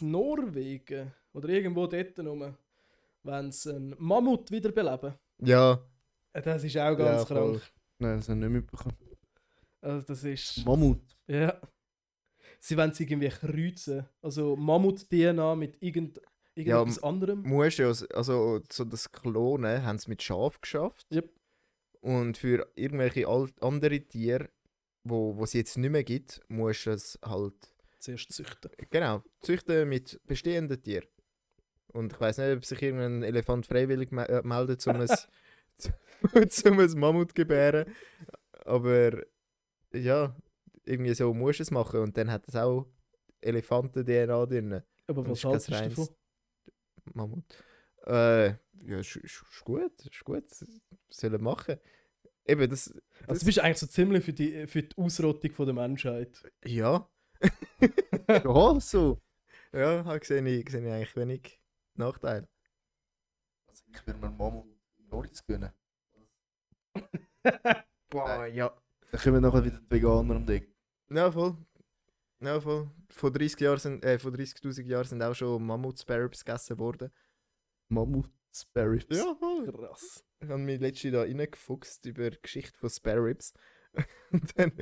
Speaker 3: in Norwegen oder irgendwo dort rum, wenn sie einen Mammut wiederbeleben,
Speaker 2: Ja,
Speaker 3: Äh, das ist auch
Speaker 2: Ja,
Speaker 3: ganz
Speaker 2: voll.
Speaker 3: krank.
Speaker 1: Nein, das habe ich nicht mitbekommen.
Speaker 3: Also das ist.
Speaker 1: Mammut.
Speaker 3: Ja. Sie wollen es irgendwie kreuzen. Also Mammut-DNA mit irgend, irgendetwas anderem.
Speaker 2: musst ja, also so das Klonen haben sie mit Schaf geschafft.
Speaker 3: Yep.
Speaker 2: Und für irgendwelche al- andere Tiere, wo, wo es jetzt nicht mehr gibt, musst du es halt
Speaker 3: Zuerst züchten.
Speaker 2: genau züchten mit bestehenden Tieren. Und ich weiß nicht, ob sich irgendein Elefant freiwillig me äh, meldet, um ein, zum ein Mammut zu gebären. Aber ja, irgendwie so musst du es machen. Und dann hat es auch Elefanten-DNA drin.
Speaker 3: Aber
Speaker 2: Das
Speaker 3: was
Speaker 2: ist kein
Speaker 3: haltest du
Speaker 2: reines
Speaker 3: davon?
Speaker 2: Mammut. Äh, ja, ist, ist, ist gut, ist gut. Sollen machen. Eben, das,
Speaker 3: Also du bist eigentlich so ziemlich für die, für die Ausrottung von der Menschheit.
Speaker 2: ja.
Speaker 1: Ja, so.
Speaker 2: Ja, da sehe ich, sehe ich eigentlich wenig Nachteil.
Speaker 1: Also ich würde mir Mammut Norris gönnen.
Speaker 2: Boah, ja.
Speaker 1: Dann kommen nachher wieder die Veganer um die Ecke.
Speaker 2: Ja, voll. Ja, voll. Vor 30 Jahren sind, äh, vor 30.000 Jahren sind auch schon Mammut-Sparrows gegessen worden.
Speaker 1: Mammut Sparrows.
Speaker 2: voll.
Speaker 3: Krass.
Speaker 2: Ich habe mich letztens da reingefuchst über die Geschichte von Sparrows. Und dann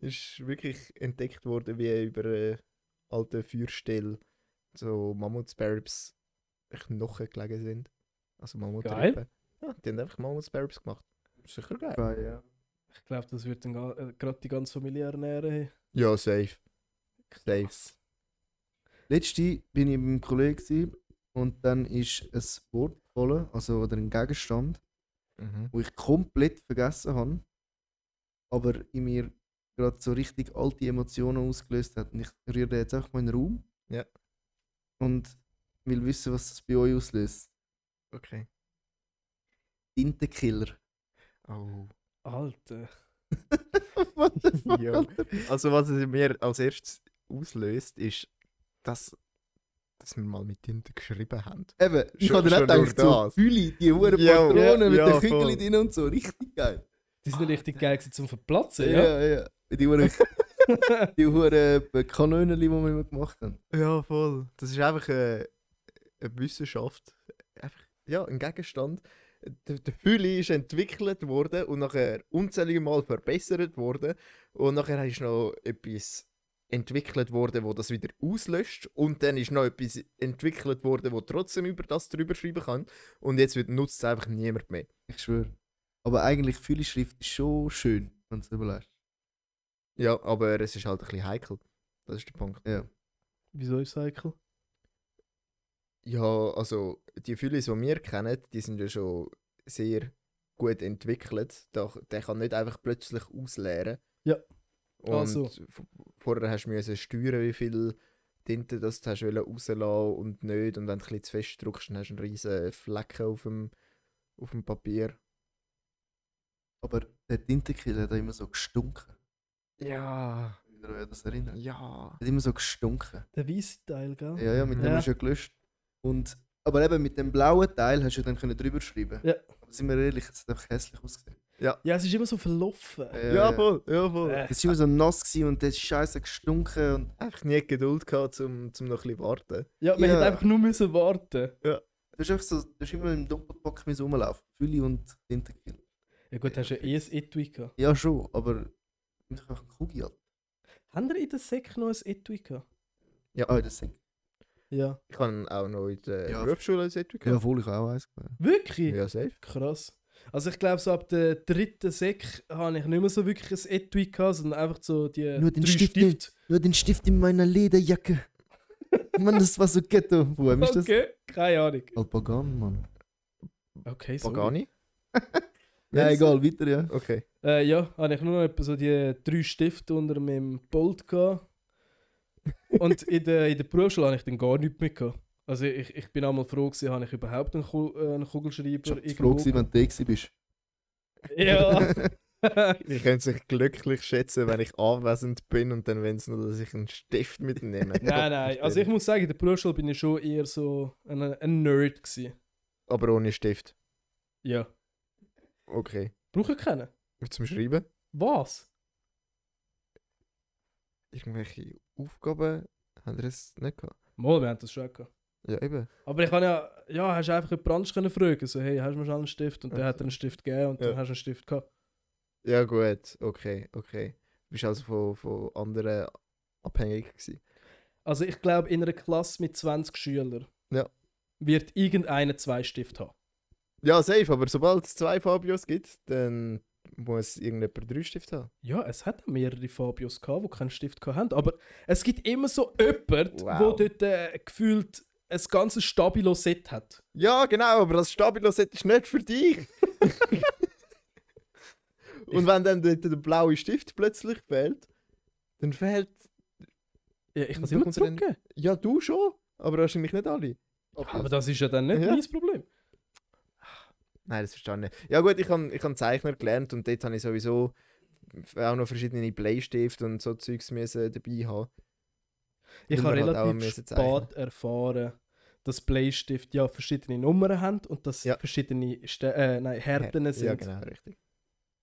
Speaker 2: ist wirklich entdeckt worden, wie über äh, alte Feuerstelle so Mammut-Sparrows Knochen gelegen sind. Also Mammut-Rippen. Ja, die haben einfach Mammut-Sparrows gemacht. Sicher geil.
Speaker 1: Ja, Ah, ja.
Speaker 3: Ich glaube, das wird dann ga- äh, gerade die ganze Familie ernähren. hey.
Speaker 2: Ja, safe. Safe.
Speaker 3: Krass.
Speaker 1: Letzte bin ich mit einem Kollegen gewesen und dann ist ein Wort gefallen, also oder ein Gegenstand,
Speaker 2: Mhm.
Speaker 1: wo ich komplett vergessen habe, aber in mir gerade so richtig alte Emotionen ausgelöst hat. Und ich rühre den jetzt einfach mal in den Raum.
Speaker 2: Ja.
Speaker 1: Und will wissen, was das bei euch auslöst.
Speaker 2: Okay.
Speaker 1: Tintenkiller.
Speaker 2: Oh.
Speaker 3: Alter.
Speaker 1: What the fuck,
Speaker 2: Ja.
Speaker 1: Alter?
Speaker 2: Also was es mir als erstes auslöst, ist, dass, dass wir mal mit Tinte geschrieben haben.
Speaker 1: Eben, ich
Speaker 2: Schon-
Speaker 1: habe dann
Speaker 2: schon
Speaker 1: auch gedacht,
Speaker 2: durch
Speaker 1: so
Speaker 2: das.
Speaker 1: Fülle, die hohen
Speaker 2: Ja,
Speaker 1: Patronen mit
Speaker 2: ja,
Speaker 1: den
Speaker 2: voll.
Speaker 1: Kügeln drin und so, richtig geil.
Speaker 3: Die sind richtig geil gewesen zum Verplatzen, ja?
Speaker 1: Äh, Ja, ja. Die hohen die hohen Kanonen, die wir immer gemacht haben.
Speaker 2: Ja, voll. Das ist einfach eine, eine Wissenschaft. Einfach, ja, ein Gegenstand. Der, der Fülle ist entwickelt worden und nachher unzählige Mal verbessert worden. Und nachher ist noch etwas entwickelt worden, wo das wieder auslöscht. Und dann ist noch etwas entwickelt worden, wo trotzdem über das drüber schreiben kann. Und jetzt wird- nutzt es einfach niemand mehr.
Speaker 1: Ich schwöre. Aber eigentlich viele Schrift ist schon schön, wenn du es überlegst.
Speaker 2: Ja, aber es ist halt ein bisschen heikel. Das ist der Punkt.
Speaker 3: Wieso ist Cycle?
Speaker 2: Ja, also die Füllys, die wir kennen, die sind ja schon sehr gut entwickelt. Der, der kann nicht einfach plötzlich ausleeren.
Speaker 3: Ja.
Speaker 2: Und
Speaker 3: Also.
Speaker 2: v- vorher hast du müssen steuern, wie viel Tinte das du hast wollen rauslassen und nicht. Und wenn du ein bisschen zu fest drückst, dann hast du einen riesen Flecken auf dem, auf dem Papier.
Speaker 1: Aber der Tintenkiller hat auch immer so gestunken.
Speaker 2: Ja.
Speaker 1: Wenn ihr euch an das erinnert.
Speaker 2: Ja.
Speaker 1: Hat immer so gestunken.
Speaker 3: Der weiße Teil, gell?
Speaker 1: Ja, ja, mit dem
Speaker 3: Ja.
Speaker 1: hast du ja gelöscht. Und, aber eben mit dem blauen Teil hast du dann können drüber schreiben.
Speaker 3: Ja.
Speaker 1: Aber sind wir ehrlich, es hat einfach hässlich ausgesehen.
Speaker 3: Ja, es ist immer so verlaufen.
Speaker 1: Ja, ja.
Speaker 2: Jawohl, jawohl.
Speaker 3: Äh,
Speaker 1: Es war immer so nass gewesen und der Scheiße gestunken und
Speaker 2: Einfach nie die Geduld gehabt, um, um noch ein bisschen warten.
Speaker 3: ja, man
Speaker 1: Ja.
Speaker 3: hätte einfach nur müssen warten.
Speaker 1: du hast einfach so, du hast immer im Doppelpack müssen rumlaufen. Fülle und Tintenkiller.
Speaker 3: Ja gut, hast du ja eh ein Etui gehabt.
Speaker 1: Ja schon, aber ich einfach einen Kugi an.
Speaker 3: Haben ihr in der Säck noch ein Etui gehabt?
Speaker 1: Ja, ah, das sind.
Speaker 3: Ja.
Speaker 2: Ich habe auch noch in der
Speaker 1: Ja.
Speaker 2: Berufsschule ein Set
Speaker 1: Ja, obwohl ich auch eins gemacht.
Speaker 3: Wirklich?
Speaker 2: Ja, safe.
Speaker 3: Krass. Also ich glaube, so ab der dritten Säck habe ich nicht mehr so wirklich ein Etui gehabt, sondern einfach so die
Speaker 1: Nur den Stift nicht. Nur den Stift in meiner Lederjacke. Mann, das war so ghetto. Woher ist das?
Speaker 3: Okay, keine Ahnung.
Speaker 1: Alpagan, Mann.
Speaker 3: Okay, so.
Speaker 2: Pagani?
Speaker 1: Ja,
Speaker 2: Nein,
Speaker 1: egal, weiter, ja.
Speaker 2: Okay.
Speaker 3: Äh, ja, habe ich nur noch etwa so die drei Stifte unter meinem Bolt gehabt. Und in der, in der Berufsschule habe ich dann gar nichts mehr gehabt. Also ich, ich bin einmal froh gewesen, habe ich überhaupt einen, Ku äh, einen
Speaker 1: Ich
Speaker 3: Kugelschreiber
Speaker 1: war froh, gewesen, wenn du da gewesen bist.
Speaker 3: Ja.
Speaker 2: Ich könnte sich glücklich schätzen, wenn ich anwesend bin und dann, wenn es nur, dass ich einen Stift mitnehme.
Speaker 3: nein, nein. Also ich muss sagen, in der Berufsschule bin ich schon eher so ein, ein Nerd gewesen.
Speaker 2: Aber ohne Stift.
Speaker 3: Ja.
Speaker 2: Okay.
Speaker 3: Brauche ich keinen?
Speaker 2: Zum Schreiben?
Speaker 3: Was?
Speaker 2: Irgendwelche Aufgaben haben wir es nicht gehabt.
Speaker 3: Mal, wir haben das schon gehabt.
Speaker 2: Ja, eben.
Speaker 3: Aber ich kann ja, ja, hast du einfach einen Branch können fragen, so hey, hast du mir schon einen Stift? Und der
Speaker 2: Ach
Speaker 3: hat
Speaker 2: so.
Speaker 3: einen Stift gegeben und dann
Speaker 2: Ja.
Speaker 3: hast du einen Stift gehabt.
Speaker 2: Ja, gut. Okay, okay. Du bist also von, von anderen abhängig gewesen.
Speaker 3: Also ich glaube, in einer Klasse mit 20 Schülern
Speaker 2: Ja.
Speaker 3: wird irgendeiner zwei Stifte haben.
Speaker 2: Ja, safe, aber sobald es zwei Fabios gibt, dann muss irgendjemand drei Stifte haben.
Speaker 3: Ja, es hat auch mehrere Fabios gehabt, die keinen Stift gehabt haben. Aber es gibt immer so jemanden,
Speaker 2: Wow.
Speaker 3: wo dort äh, gefühlt ein ganzes Stabilo-Set hat.
Speaker 2: Ja, genau, aber das Stabilo-Set ist nicht für dich. Und wenn dann dort der blaue Stift plötzlich fehlt, dann fehlt.
Speaker 3: Ja, ich kann es
Speaker 2: Da
Speaker 3: immer
Speaker 2: kommt dann-
Speaker 3: zurückgeben.
Speaker 2: Ja, du schon, aber wahrscheinlich nicht alle.
Speaker 3: Aber das ist ja dann nicht
Speaker 2: Ja.
Speaker 3: mein Problem.
Speaker 2: Nein, das verstehe ich nicht. Ja, gut, ich habe ich hab Zeichner gelernt und dort habe ich sowieso auch noch verschiedene Bleistifte und so Zeugs müssen dabei haben.
Speaker 3: Ich
Speaker 2: Weil
Speaker 3: habe
Speaker 2: wir halt auch
Speaker 3: relativ
Speaker 2: müssen
Speaker 3: spät
Speaker 2: zeichnen.
Speaker 3: erfahren, dass Bleistift ja verschiedene Nummern haben und dass
Speaker 2: Ja.
Speaker 3: verschiedene Ste äh, nein, Härten sind.
Speaker 2: Ja, genau, richtig.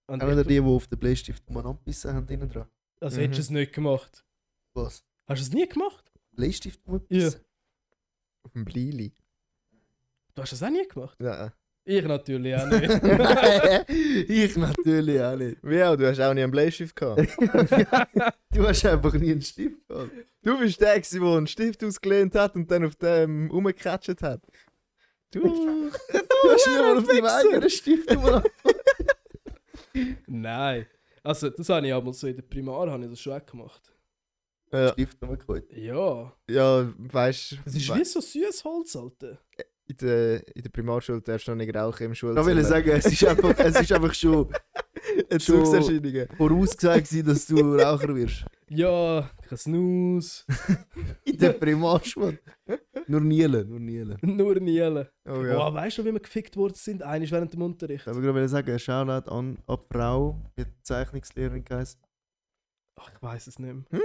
Speaker 3: Und
Speaker 1: Auch die,
Speaker 3: ich,
Speaker 1: die auf den Bleistift mal angebissen haben, innen dran.
Speaker 3: also hättest du
Speaker 2: Mhm.
Speaker 3: es nicht gemacht.
Speaker 1: Was?
Speaker 3: Hast du es nie gemacht?
Speaker 1: Bleistift
Speaker 3: Ja.
Speaker 1: angebissen?
Speaker 2: Auf dem Bleili.
Speaker 3: Du hast es auch nie gemacht?
Speaker 2: Nein.
Speaker 3: Ich natürlich auch nicht.
Speaker 1: Nein, ich natürlich auch nicht.
Speaker 2: Ja, du hast auch nie einen Bleistift gehabt.
Speaker 1: Du hast einfach nie einen Stift gehabt.
Speaker 2: du bist der, gewesen, der einen Stift ausgelehnt hat und dann auf dem rumgecatcht hat. Du.
Speaker 1: Du
Speaker 3: Oh,
Speaker 1: hast mir mal auf deinem eigenen Stift gemacht.
Speaker 3: nein. Also, das habe ich aber so in der Primar habe ich das schon auch gemacht.
Speaker 2: Ja.
Speaker 1: Stift umgeholt.
Speaker 3: Ja.
Speaker 2: Ja, weißt
Speaker 3: Das ist wie so süßes Holz, Alter.
Speaker 2: in der, in der Primarschule darfst du noch nicht rauchen im Schulzimmer.
Speaker 1: Ich will sagen, es ist einfach, es ist einfach schon
Speaker 2: Entzugserscheinungen.
Speaker 1: vorausgesagt, gewesen, dass du Raucher wirst.
Speaker 3: Ja, kein Snus,
Speaker 1: In der Primarschule. Nur Nielen, nur Nielen.
Speaker 3: nur Nielen.
Speaker 2: Oh ja.
Speaker 3: Boah, weißt du, wie wir gefickt worden sind? Einer während dem Unterricht.
Speaker 1: Ich wollte gerade sagen, Shoutout an an die Frau, die hat Zeichnungslehrerin geheißen.
Speaker 3: Ach, ich weiß es nicht mehr.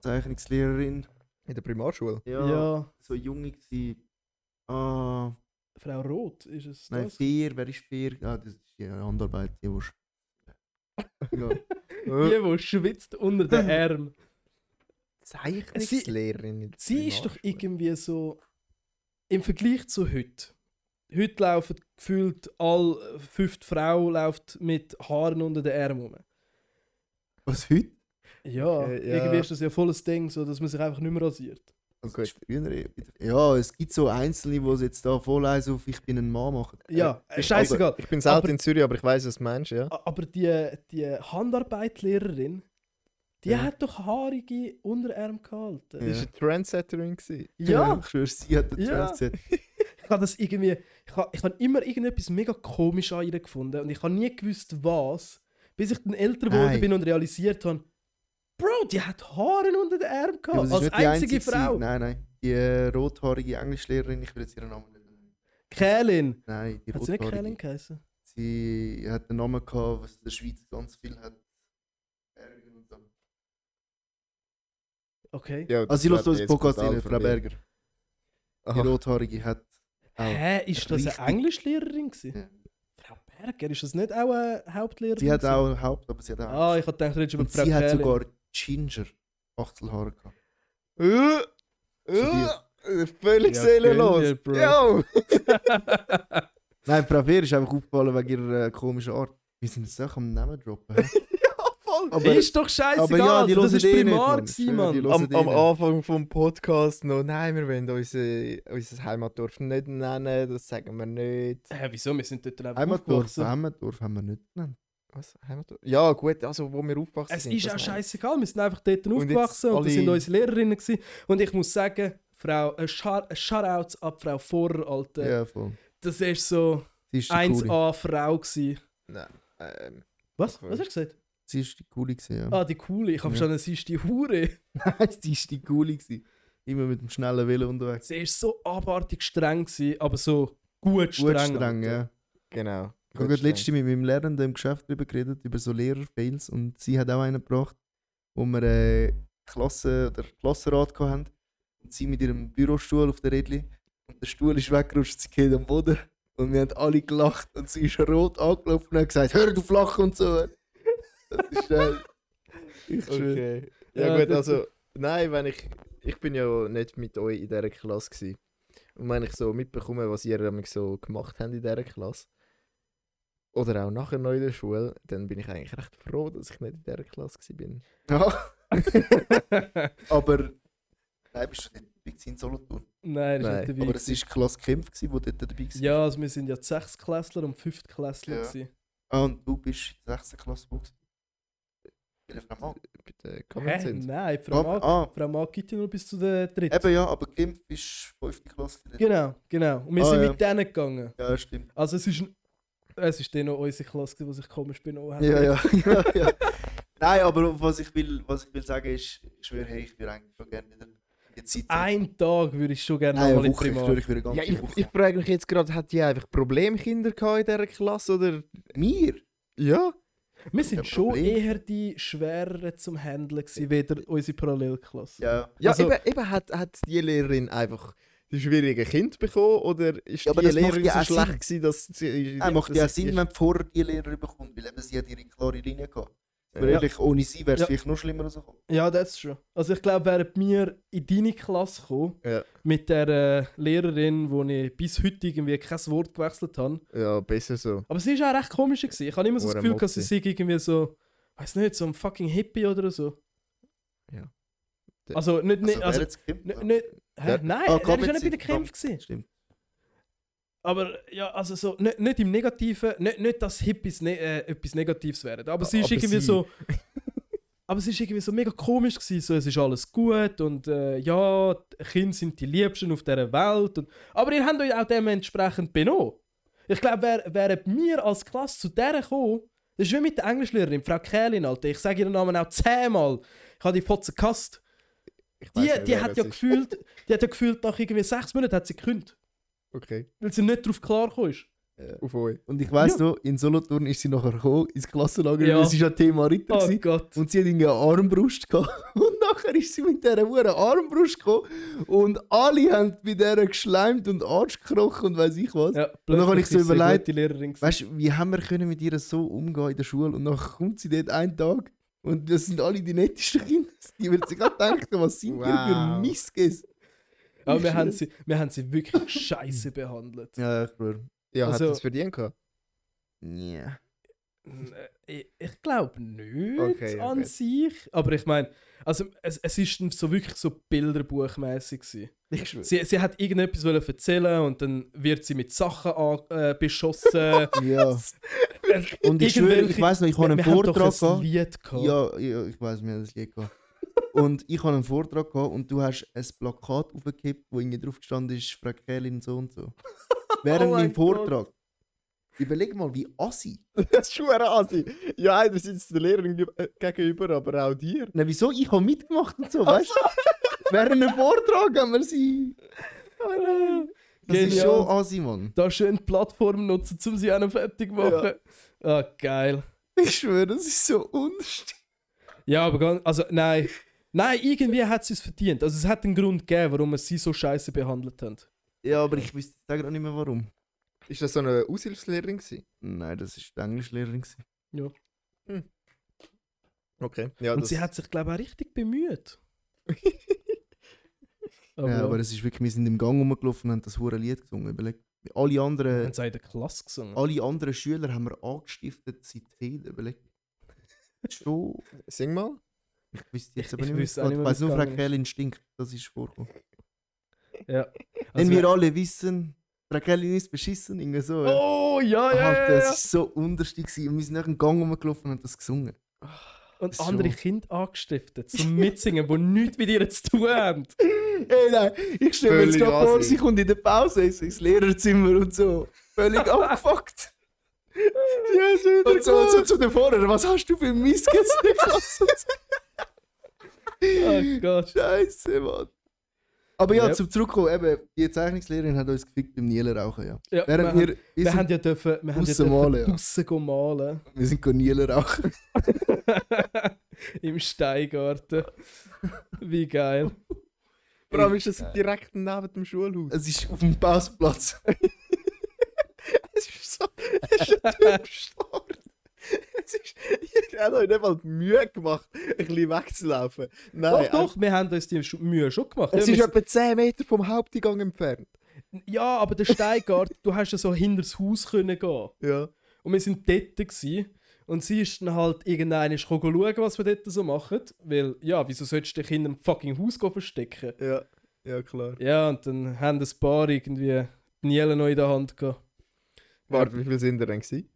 Speaker 1: Zeichnungslehrerin.
Speaker 2: In der Primarschule.
Speaker 3: ja.
Speaker 1: So junge gewesen. Ah,
Speaker 3: Frau Roth ist es.
Speaker 1: nein,
Speaker 3: das?
Speaker 1: vier, wer ist vier? Ah, das ist die Handarbeit, die wurscht. Ja.
Speaker 2: Oh.
Speaker 3: Die, die schwitzt unter den Arm.
Speaker 2: Zeichnungslehrerin. in der
Speaker 3: Sie ist doch
Speaker 2: Primarschule.
Speaker 3: irgendwie so. Im Vergleich zu heute. Heute laufen gefühlt äh, alle fünfte Frau läuft mit Haaren unter den Arm rum.
Speaker 1: Was heute?
Speaker 3: Ja,
Speaker 2: Okay, ja.
Speaker 3: irgendwie ist das ja volles Ding, so dass man sich einfach nicht mehr rasiert.
Speaker 1: Also
Speaker 2: Oh, Gut.
Speaker 1: das ist früher eher- Ja, es gibt so Einzelne, die es jetzt da voll eins auf Ich bin ein Mann machen.
Speaker 3: Ja, äh, scheißegal.
Speaker 2: Ich bin selten
Speaker 3: Aber-
Speaker 2: in Zürich, aber ich weiß, was du meinst, ja.
Speaker 3: A- Aber die, die Handarbeitlehrerin, die
Speaker 2: Ja.
Speaker 3: hat doch haarige Unterarm gehalten.
Speaker 2: Sie war eine Trendsetterin. Gewesen.
Speaker 3: Ja,
Speaker 1: Ich schwöre, sie hat den
Speaker 3: Ja.
Speaker 1: Trendset.
Speaker 3: ich Ich habe das irgendwie, ich habe, ich habe immer irgendetwas mega komisch an ihr gefunden und ich habe nie gewusst, was, bis ich dann älter
Speaker 1: Nein.
Speaker 3: geworden bin und realisiert habe, Bro, die hat Haare unter den Arm
Speaker 1: Ja, aber
Speaker 3: gehabt,
Speaker 1: sie ist nicht
Speaker 3: als
Speaker 1: die
Speaker 3: einzige,
Speaker 1: gewesen.
Speaker 3: Frau.
Speaker 1: Nein, nein. Die äh, rothaarige Englischlehrerin, ich will jetzt ihren Namen nicht nennen.
Speaker 3: Kälin.
Speaker 1: Nein, die
Speaker 3: Hat sie nicht Kälin
Speaker 1: rothaarige.
Speaker 3: geheißen?
Speaker 1: Sie hat einen Namen gehabt, was in der Schweiz ganz viel hat. Berger und so.
Speaker 3: Okay.
Speaker 2: Ja,
Speaker 1: Also, sie
Speaker 2: das
Speaker 1: lässt uns
Speaker 2: wär jetzt
Speaker 1: Podcast
Speaker 2: total
Speaker 1: rein, Frau
Speaker 2: verwirrt.
Speaker 1: Berger. Die
Speaker 2: Aha.
Speaker 1: rothaarige hat. Auch.
Speaker 3: Hä, ist das
Speaker 1: richtig-
Speaker 3: eine Englischlehrerin gewesen?
Speaker 1: Ja.
Speaker 3: Frau Berger, ist das nicht auch eine Hauptlehrerin?
Speaker 1: Sie hat
Speaker 3: gewesen?
Speaker 1: auch Haupt, aber sie hat auch.
Speaker 3: Ah, ich habe gedacht, du redest über
Speaker 1: und
Speaker 3: Frau
Speaker 1: sie hat
Speaker 3: Kälin.
Speaker 1: sogar Ginger Achselhaare gehabt.
Speaker 2: Äh,
Speaker 1: dir.
Speaker 2: äh, Völlig
Speaker 3: Ja,
Speaker 2: seelenlos.
Speaker 3: gönn dir, Bro.
Speaker 2: Yo.
Speaker 1: Nein, Frau Beer ist einfach aufgefallen wegen ihrer äh, komischen Art. Wir sind jetzt auch am Namen droppen. hä?
Speaker 2: Voll.
Speaker 1: aber-
Speaker 3: ist doch scheißegal,
Speaker 1: aber ja, die
Speaker 3: das
Speaker 1: hören
Speaker 3: ist
Speaker 1: eh nicht,
Speaker 3: primar
Speaker 1: Mann.
Speaker 3: gewesen,
Speaker 1: Ja, die
Speaker 3: Mann.
Speaker 1: hören-
Speaker 2: am,
Speaker 1: Hört
Speaker 2: am
Speaker 1: ihr?
Speaker 2: Anfang vom Podcast noch, nein, wir wollen unser, unser Heimatdorf nicht nennen, das sagen wir nicht.
Speaker 3: Hä, wieso? Wir sind dort dann einfach
Speaker 1: Heimatdorf,
Speaker 3: aufgewachsen.
Speaker 1: Heimatdorf haben wir nicht genannt.
Speaker 2: Was? Heimatdorf? Ja, gut, also wo wir aufgewachsen
Speaker 3: Es
Speaker 2: sind.
Speaker 3: ist
Speaker 2: das
Speaker 3: auch
Speaker 2: meine ich.
Speaker 3: scheißegal, wir sind einfach dort
Speaker 2: Und jetzt
Speaker 3: aufgewachsen und, das
Speaker 2: alle-
Speaker 3: sind unsere Lehrerinnen gewesen. Und ich muss sagen, Frau, äh, Shout- äh, Shoutouts ab Frau Vorer, Alter.
Speaker 1: Ja, voll.
Speaker 3: Das ist so
Speaker 1: Sie ist die coole.
Speaker 3: 1A Frau gewesen.
Speaker 2: Ähm,
Speaker 3: Was?
Speaker 2: Okay.
Speaker 3: Was hast du gesagt?
Speaker 1: Sie ist die coole gewesen, ja.
Speaker 3: Ah, die coole. Ich habe
Speaker 1: Ja.
Speaker 3: schon es ist die Hure.
Speaker 1: sie ist die coole gewesen. Immer mit dem schnellen Willen unterwegs.
Speaker 3: Sie ist so abartig streng gewesen, aber so gut streng.
Speaker 1: Gut streng,
Speaker 3: Alter.
Speaker 1: ja.
Speaker 2: genau.
Speaker 1: Ich habe
Speaker 2: Gut,
Speaker 1: gerade letzte mit meinem Lehrenden im Geschäft darüber geredet, über so Lehrerfails. Und sie hat auch einen gebracht, wo wir äh, Klasse oder Klassenrat hatten. Und sie mit ihrem Bürostuhl auf der Redli. Und der Stuhl ist weggerutscht, sie geht am Boden. Und wir haben alle gelacht. Und sie ist rot angelaufen und hat gesagt: Hör du flach und so. Das ist äh, ich schwöre.
Speaker 2: Okay. Ja,
Speaker 3: Ja,
Speaker 2: gut,
Speaker 3: das-
Speaker 2: also, nein, wenn ich, ich bin ja nicht mit euch in dieser Klasse gewesen. Und wenn ich so mitbekomme, was ihr nämlich so gemacht habt in dieser Klasse, oder auch nachher noch in der Schule, dann bin ich eigentlich recht froh, dass ich nicht in dieser Klasse gewesen bin.
Speaker 1: Ja. Aber. Nein, bist du nicht dabei gewesen in Solothurn.
Speaker 3: Nein, das
Speaker 2: Nein,
Speaker 3: ist nicht dabei.
Speaker 1: Aber es war Klasse Kempf, die dort dabei war.
Speaker 3: Ja, also wir sind ja die Sechstklässler und Fünftklässler.
Speaker 1: Ja.
Speaker 3: gewesen.
Speaker 1: Ah, und du bist in der 6. Klasse gewesen. Welche Frau Mag?
Speaker 2: Bei der
Speaker 3: Hä?
Speaker 2: Common sind.
Speaker 3: Nein, Frau Mag,
Speaker 1: Ah,
Speaker 3: Frau Mag gibt ja nur bis zu der dritten.
Speaker 1: eben ja, aber Kempf ist 5. Klasse. gewesen.
Speaker 3: Genau, genau. Und wir
Speaker 1: Ah,
Speaker 3: sind
Speaker 1: ja.
Speaker 3: mit denen gegangen.
Speaker 1: Ja, stimmt.
Speaker 3: Also es ist ein, es ist dann noch unsere Klasse, gewesen, die sich komisch benommen hat.
Speaker 1: Ja, ja, ja, ja. Nein, aber was ich will, was ich will sagen ist, ich schwöre, hey, ich würde eigentlich schon gerne wieder in die Zeit.
Speaker 3: Ein Tag würde ich schon gerne
Speaker 1: Nein,
Speaker 3: nochmal
Speaker 1: eine
Speaker 3: in
Speaker 1: Woche, ich
Speaker 3: Primar.
Speaker 1: schwöre, ich würde ganz
Speaker 2: Ja, ich,
Speaker 1: Woche.
Speaker 2: ich frage mich jetzt gerade, hat die einfach Problemkinder gehabt in dieser Klasse oder?
Speaker 1: mir?
Speaker 2: Ja.
Speaker 3: Wir sind
Speaker 1: Kein
Speaker 3: schon
Speaker 1: Problem.
Speaker 3: eher die Schwereren zum Handeln gewesen, weder unsere Parallelklasse.
Speaker 1: Ja.
Speaker 2: Ja,
Speaker 3: Also-
Speaker 2: eben, eben hat, hat die Lehrerin einfach die schwierigen Kind bekommen oder ist
Speaker 1: Ja, aber
Speaker 2: die
Speaker 1: das macht
Speaker 2: Lehrerin
Speaker 1: ja
Speaker 2: so
Speaker 1: auch Sinn.
Speaker 2: schlecht gewesen, dass sie...
Speaker 1: Nein, macht ja
Speaker 2: dass sie-
Speaker 1: Sinn, wenn du vorher die Lehrer bekommt, weil eben sie hat ihre klare Linie gehabt. Aber
Speaker 2: Ja.
Speaker 1: ehrlich, ohne sie wäre es
Speaker 3: Ja.
Speaker 1: vielleicht noch schlimmer rausgekommen.
Speaker 3: Ja, das schon. Also ich glaube, wären wir in deine Klasse gekommen,
Speaker 2: Ja.
Speaker 3: mit der äh, Lehrerin, wo ich bis heute irgendwie kein Wort gewechselt habe.
Speaker 2: Ja, besser so.
Speaker 3: Aber sie war auch recht komisch. Gewesen. Ich habe immer so das
Speaker 2: Hure
Speaker 3: Gefühl, gehabt, sie
Speaker 2: Mopsi.
Speaker 3: sei irgendwie so, weiß nicht, so ein fucking Hippie oder so.
Speaker 2: Ja. Der-
Speaker 3: Also nicht, nicht,
Speaker 1: also,
Speaker 3: also,
Speaker 1: wäre jetzt Kempf,
Speaker 3: nicht,
Speaker 1: ja.
Speaker 3: nicht hä?
Speaker 2: Der-
Speaker 3: nein,
Speaker 1: Ah,
Speaker 3: er war ja nicht bei
Speaker 1: Kommenzi-
Speaker 3: der Kämpfe. gewesen.
Speaker 1: Stimmt.
Speaker 3: Aber ja, also so, nicht, nicht im Negativen, nicht, nicht dass Hippies ne äh, etwas Negatives wären, aber sie ist
Speaker 2: Aber
Speaker 3: irgendwie
Speaker 2: sie-
Speaker 3: so. aber es ist irgendwie so mega komisch gewesen, so es ist alles gut und äh, ja, die Kinder sind die Liebsten auf dieser Welt. Und, aber ihr habt euch auch dementsprechend benommen. Ich glaube, wär, wären wir als Klasse zu der gekommen, das ist wie mit der Englischlehrerin, Frau Kählin, Alter. Ich sage ihren Namen auch zehnmal. Ich habe die Fotze gehasst.
Speaker 2: Ich
Speaker 3: Die,
Speaker 2: weiss nicht,
Speaker 3: die,
Speaker 2: wer
Speaker 3: hat
Speaker 2: es
Speaker 3: ja
Speaker 2: ist.
Speaker 3: gefühlt, die hat ja gefühlt, nach irgendwie sechs Monaten hat sie gekündigt,
Speaker 2: Okay,
Speaker 3: weil sie nicht darauf klargekommen ist.
Speaker 2: auf euch.
Speaker 1: Und ich weiss noch, in Solothurn ist sie nachher gekommen, ins Klassenlager,
Speaker 3: Ja.
Speaker 1: weil sie schon Thema Ritter
Speaker 3: Oh
Speaker 1: gewesen.
Speaker 3: Gott.
Speaker 1: Und sie hat irgendwie eine Armbrust gehabt. Und nachher ist sie mit dieser Uhr Armbrust gekommen. Und alle haben mit dieser geschleimt und Arsch gekrochen und weiß ich was.
Speaker 3: Ja,
Speaker 1: Und dann habe ich so
Speaker 3: plötzlich ist sie eine
Speaker 1: überlegt-
Speaker 3: gute Lehrerin gewesen.
Speaker 1: Weißt du, wie haben wir können mit ihr so umgehen in der Schule? Und nachher kommt sie dort einen Tag und das sind alle die nettesten Kinder. Die wird sie gerade denken, was sind wir für
Speaker 2: Wow.
Speaker 1: Missges?
Speaker 3: Aber wir haben, sie, wir haben sie wirklich scheiße behandelt.
Speaker 1: Ja, ich glaube.
Speaker 2: Ja,
Speaker 3: Also-
Speaker 2: hat es verdient gehabt.
Speaker 1: Yeah.
Speaker 3: Äh, Ich, ich glaube nicht
Speaker 2: Okay, ja,
Speaker 3: an
Speaker 2: gut.
Speaker 3: sich. Aber ich meine, also es, es ist so wirklich so bilderbuchmäßig. gewesen.
Speaker 1: Ich schwöre.
Speaker 3: Sie, sie hat irgendetwas wollen erzählen und dann wird sie mit Sachen an, äh, beschossen.
Speaker 1: Ja. Und ich schwöre, ich
Speaker 3: Irgendwelche-
Speaker 1: weiß noch, ich habe einen
Speaker 3: wir haben doch
Speaker 1: Vortrag
Speaker 3: ein
Speaker 1: gehabt.
Speaker 3: Lied gehabt.
Speaker 1: Ja, ja, ich weiß, wir haben das Lied gehabt. Und ich habe einen Vortrag gehabt und du hast ein Plakat aufgekippt, wo irgendwie drauf gestanden ist, frag Kerlin so und so. Während
Speaker 3: Oh
Speaker 2: mein
Speaker 1: meinem Vortrag. Überleg mal, wie assi.
Speaker 2: Das ist schon ein Asi. Ja, einerseits der Lehrerin ge- äh, gegenüber, aber auch dir.
Speaker 1: Na, wieso? Ich habe mitgemacht und so, weißt du? Während einem Vortrag haben wir sie.
Speaker 2: Oh
Speaker 1: Das ist
Speaker 3: Genial.
Speaker 1: schon assi, Mann.
Speaker 3: Da schön die Plattform nutzen, um sie auch noch fertig zu machen. Ah, geil.
Speaker 1: Ich schwöre, das ist so unstig.
Speaker 3: Ja, aber ganz, also nein. Nein, irgendwie hat sie es verdient. Also es hat einen Grund gegeben, warum wir sie so scheiße behandelt haben.
Speaker 1: Ja, aber ich wüsste jetzt auch nicht mehr warum.
Speaker 2: Ist das so eine Aushilfslehrerin gewesen?
Speaker 1: Nein, das war die Englischlehrerin. gewesen.
Speaker 2: Okay. Ja,
Speaker 3: Und
Speaker 2: das-
Speaker 3: sie hat sich, glaube ich, auch richtig bemüht. aber,
Speaker 1: Ja, aber äh, es ist wirklich, wir sind im Gang rumgelaufen und haben das hure Lied gesungen. Überleg, alle anderen,
Speaker 3: haben sie auch in der Klasse gesungen.
Speaker 1: alle anderen Schüler haben wir angestiftet seit Zeit. Überleg. Schon.
Speaker 2: Sing mal.
Speaker 1: Ich wüsste jetzt
Speaker 3: Ich-
Speaker 1: aber
Speaker 3: ich
Speaker 1: nicht mehr.
Speaker 3: wüsste auch nicht
Speaker 1: Ich
Speaker 3: mehr,
Speaker 1: weiß
Speaker 3: wie
Speaker 1: nur,
Speaker 3: es
Speaker 1: Frau
Speaker 3: gegangen ist.
Speaker 1: Kerlin stinkt. Das ist vorgekommen.
Speaker 3: Ja.
Speaker 1: Wenn
Speaker 3: Also,
Speaker 1: wir alle wissen, Frau Kerlin ist beschissen, irgendwie so. ja.
Speaker 3: Oh, ja, ja,
Speaker 1: Alter, Ah,
Speaker 3: ja,
Speaker 1: das
Speaker 3: ja.
Speaker 1: war so unterstig. gewesen. Und wir sind nach dem Gang rumgelaufen und haben das gesungen.
Speaker 3: Und
Speaker 1: so.
Speaker 3: andere Kinder angestiftet zum Mitsingen, die nichts mit ihr zu tun haben.
Speaker 1: Ey, nein, ich stelle mir jetzt
Speaker 2: Völlig
Speaker 1: gerade vor,
Speaker 2: assi.
Speaker 1: sie kommt in der Pause ins- ins Lehrerzimmer und so. Völlig abgefuckt.
Speaker 2: Ja, schön.
Speaker 1: Und so, und so zu den Vorhörern, was hast du für Mist gesagt?
Speaker 3: Oh Gott.
Speaker 1: Scheiße, Mann. Aber ja,
Speaker 3: Ja.
Speaker 1: zum Zurückkommen, eben, die Zeichnungslehrerin hat uns gefickt beim Nielenrauchen, ja.
Speaker 3: Ja,
Speaker 1: Während
Speaker 3: wir,
Speaker 1: wir, wir,
Speaker 3: wir haben
Speaker 1: sind,
Speaker 3: ja dürfen, wir haben ja
Speaker 1: draussen
Speaker 3: dürfen
Speaker 1: malen, ja.
Speaker 3: draussen gehen malen.
Speaker 1: wir sind gegangen Nielenrauchen.
Speaker 3: Im Steingarten. Wie geil.
Speaker 2: Vor allem ist das direkt neben dem Schulhaus.
Speaker 1: Es ist auf dem Pausplatz.
Speaker 2: Es ist so. Es ist ein Typ gestorben. Es ist. Ich habe euch nicht mal die Mühe gemacht, ein bisschen wegzulaufen. Nein.
Speaker 1: also
Speaker 2: also,
Speaker 3: Doch, doch, wir haben uns die Schu- Mühe schon gemacht.
Speaker 2: Es
Speaker 3: ja,
Speaker 2: ist
Speaker 3: wir-
Speaker 2: etwa 10 Meter vom Haupteingang entfernt.
Speaker 3: ja, aber der Steingarten, du hast ja so hinter das Haus können gehen.
Speaker 2: Ja.
Speaker 3: Und wir sind dort gsi Und sie ist dann halt irgendeine schauen, was wir dort so machen. Weil, ja, wieso solltest du dich hinter einem fucking Haus gehen verstecken?
Speaker 2: Ja. Ja, klar.
Speaker 3: Ja, und dann haben ein paar irgendwie die Nielen noch in der Hand gehabt.
Speaker 2: Warte, wie viel sind da denn gewesen?
Speaker 1: Ja.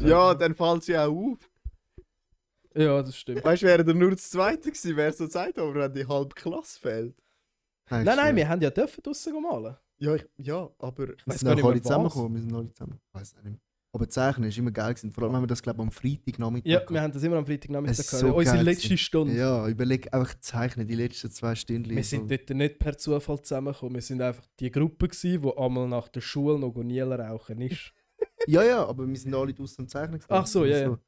Speaker 2: Ja, dann fällt sie auch auf.
Speaker 3: Ja, das stimmt.
Speaker 2: Weißt du, wäre der nur das Zweite gewesen, wäre so Zeit, aber wenn die halbe Klasse fehlt.
Speaker 3: Nein, nein, wir haben ja dürfen draussen gehen malen.
Speaker 1: Oh
Speaker 2: Ja, ich, ja, aber
Speaker 1: Wir
Speaker 3: weiss
Speaker 1: sind
Speaker 3: gar
Speaker 1: auch
Speaker 3: nicht
Speaker 1: alle
Speaker 3: mehr, was.
Speaker 1: zusammengekommen, wir sind alle zusammen. Ich weiss auch nicht mehr. Aber Zeichnen ist immer geil gewesen. Vor allem haben wir das, glaube ich, am Freitag
Speaker 3: Ja,
Speaker 1: Nachmittag
Speaker 3: wir haben das immer am Freitagnachmittag
Speaker 1: Es ist
Speaker 3: gehabt.
Speaker 1: so
Speaker 3: Unsere
Speaker 1: geil
Speaker 3: letzte
Speaker 1: gewesen.
Speaker 3: Stunde.
Speaker 1: Ja, überleg einfach zeichnen die letzten zwei Stunden.
Speaker 3: Wir sind dort nicht per Zufall zusammengekommen. Wir sind einfach die Gruppe, gewesen, die einmal nach der Schule noch Nielen rauchen ist.
Speaker 1: Ja, ja, aber wir sind alle draußen am Zeichnen. gewesen.
Speaker 3: Ach so, ja,
Speaker 1: Also,
Speaker 3: ja.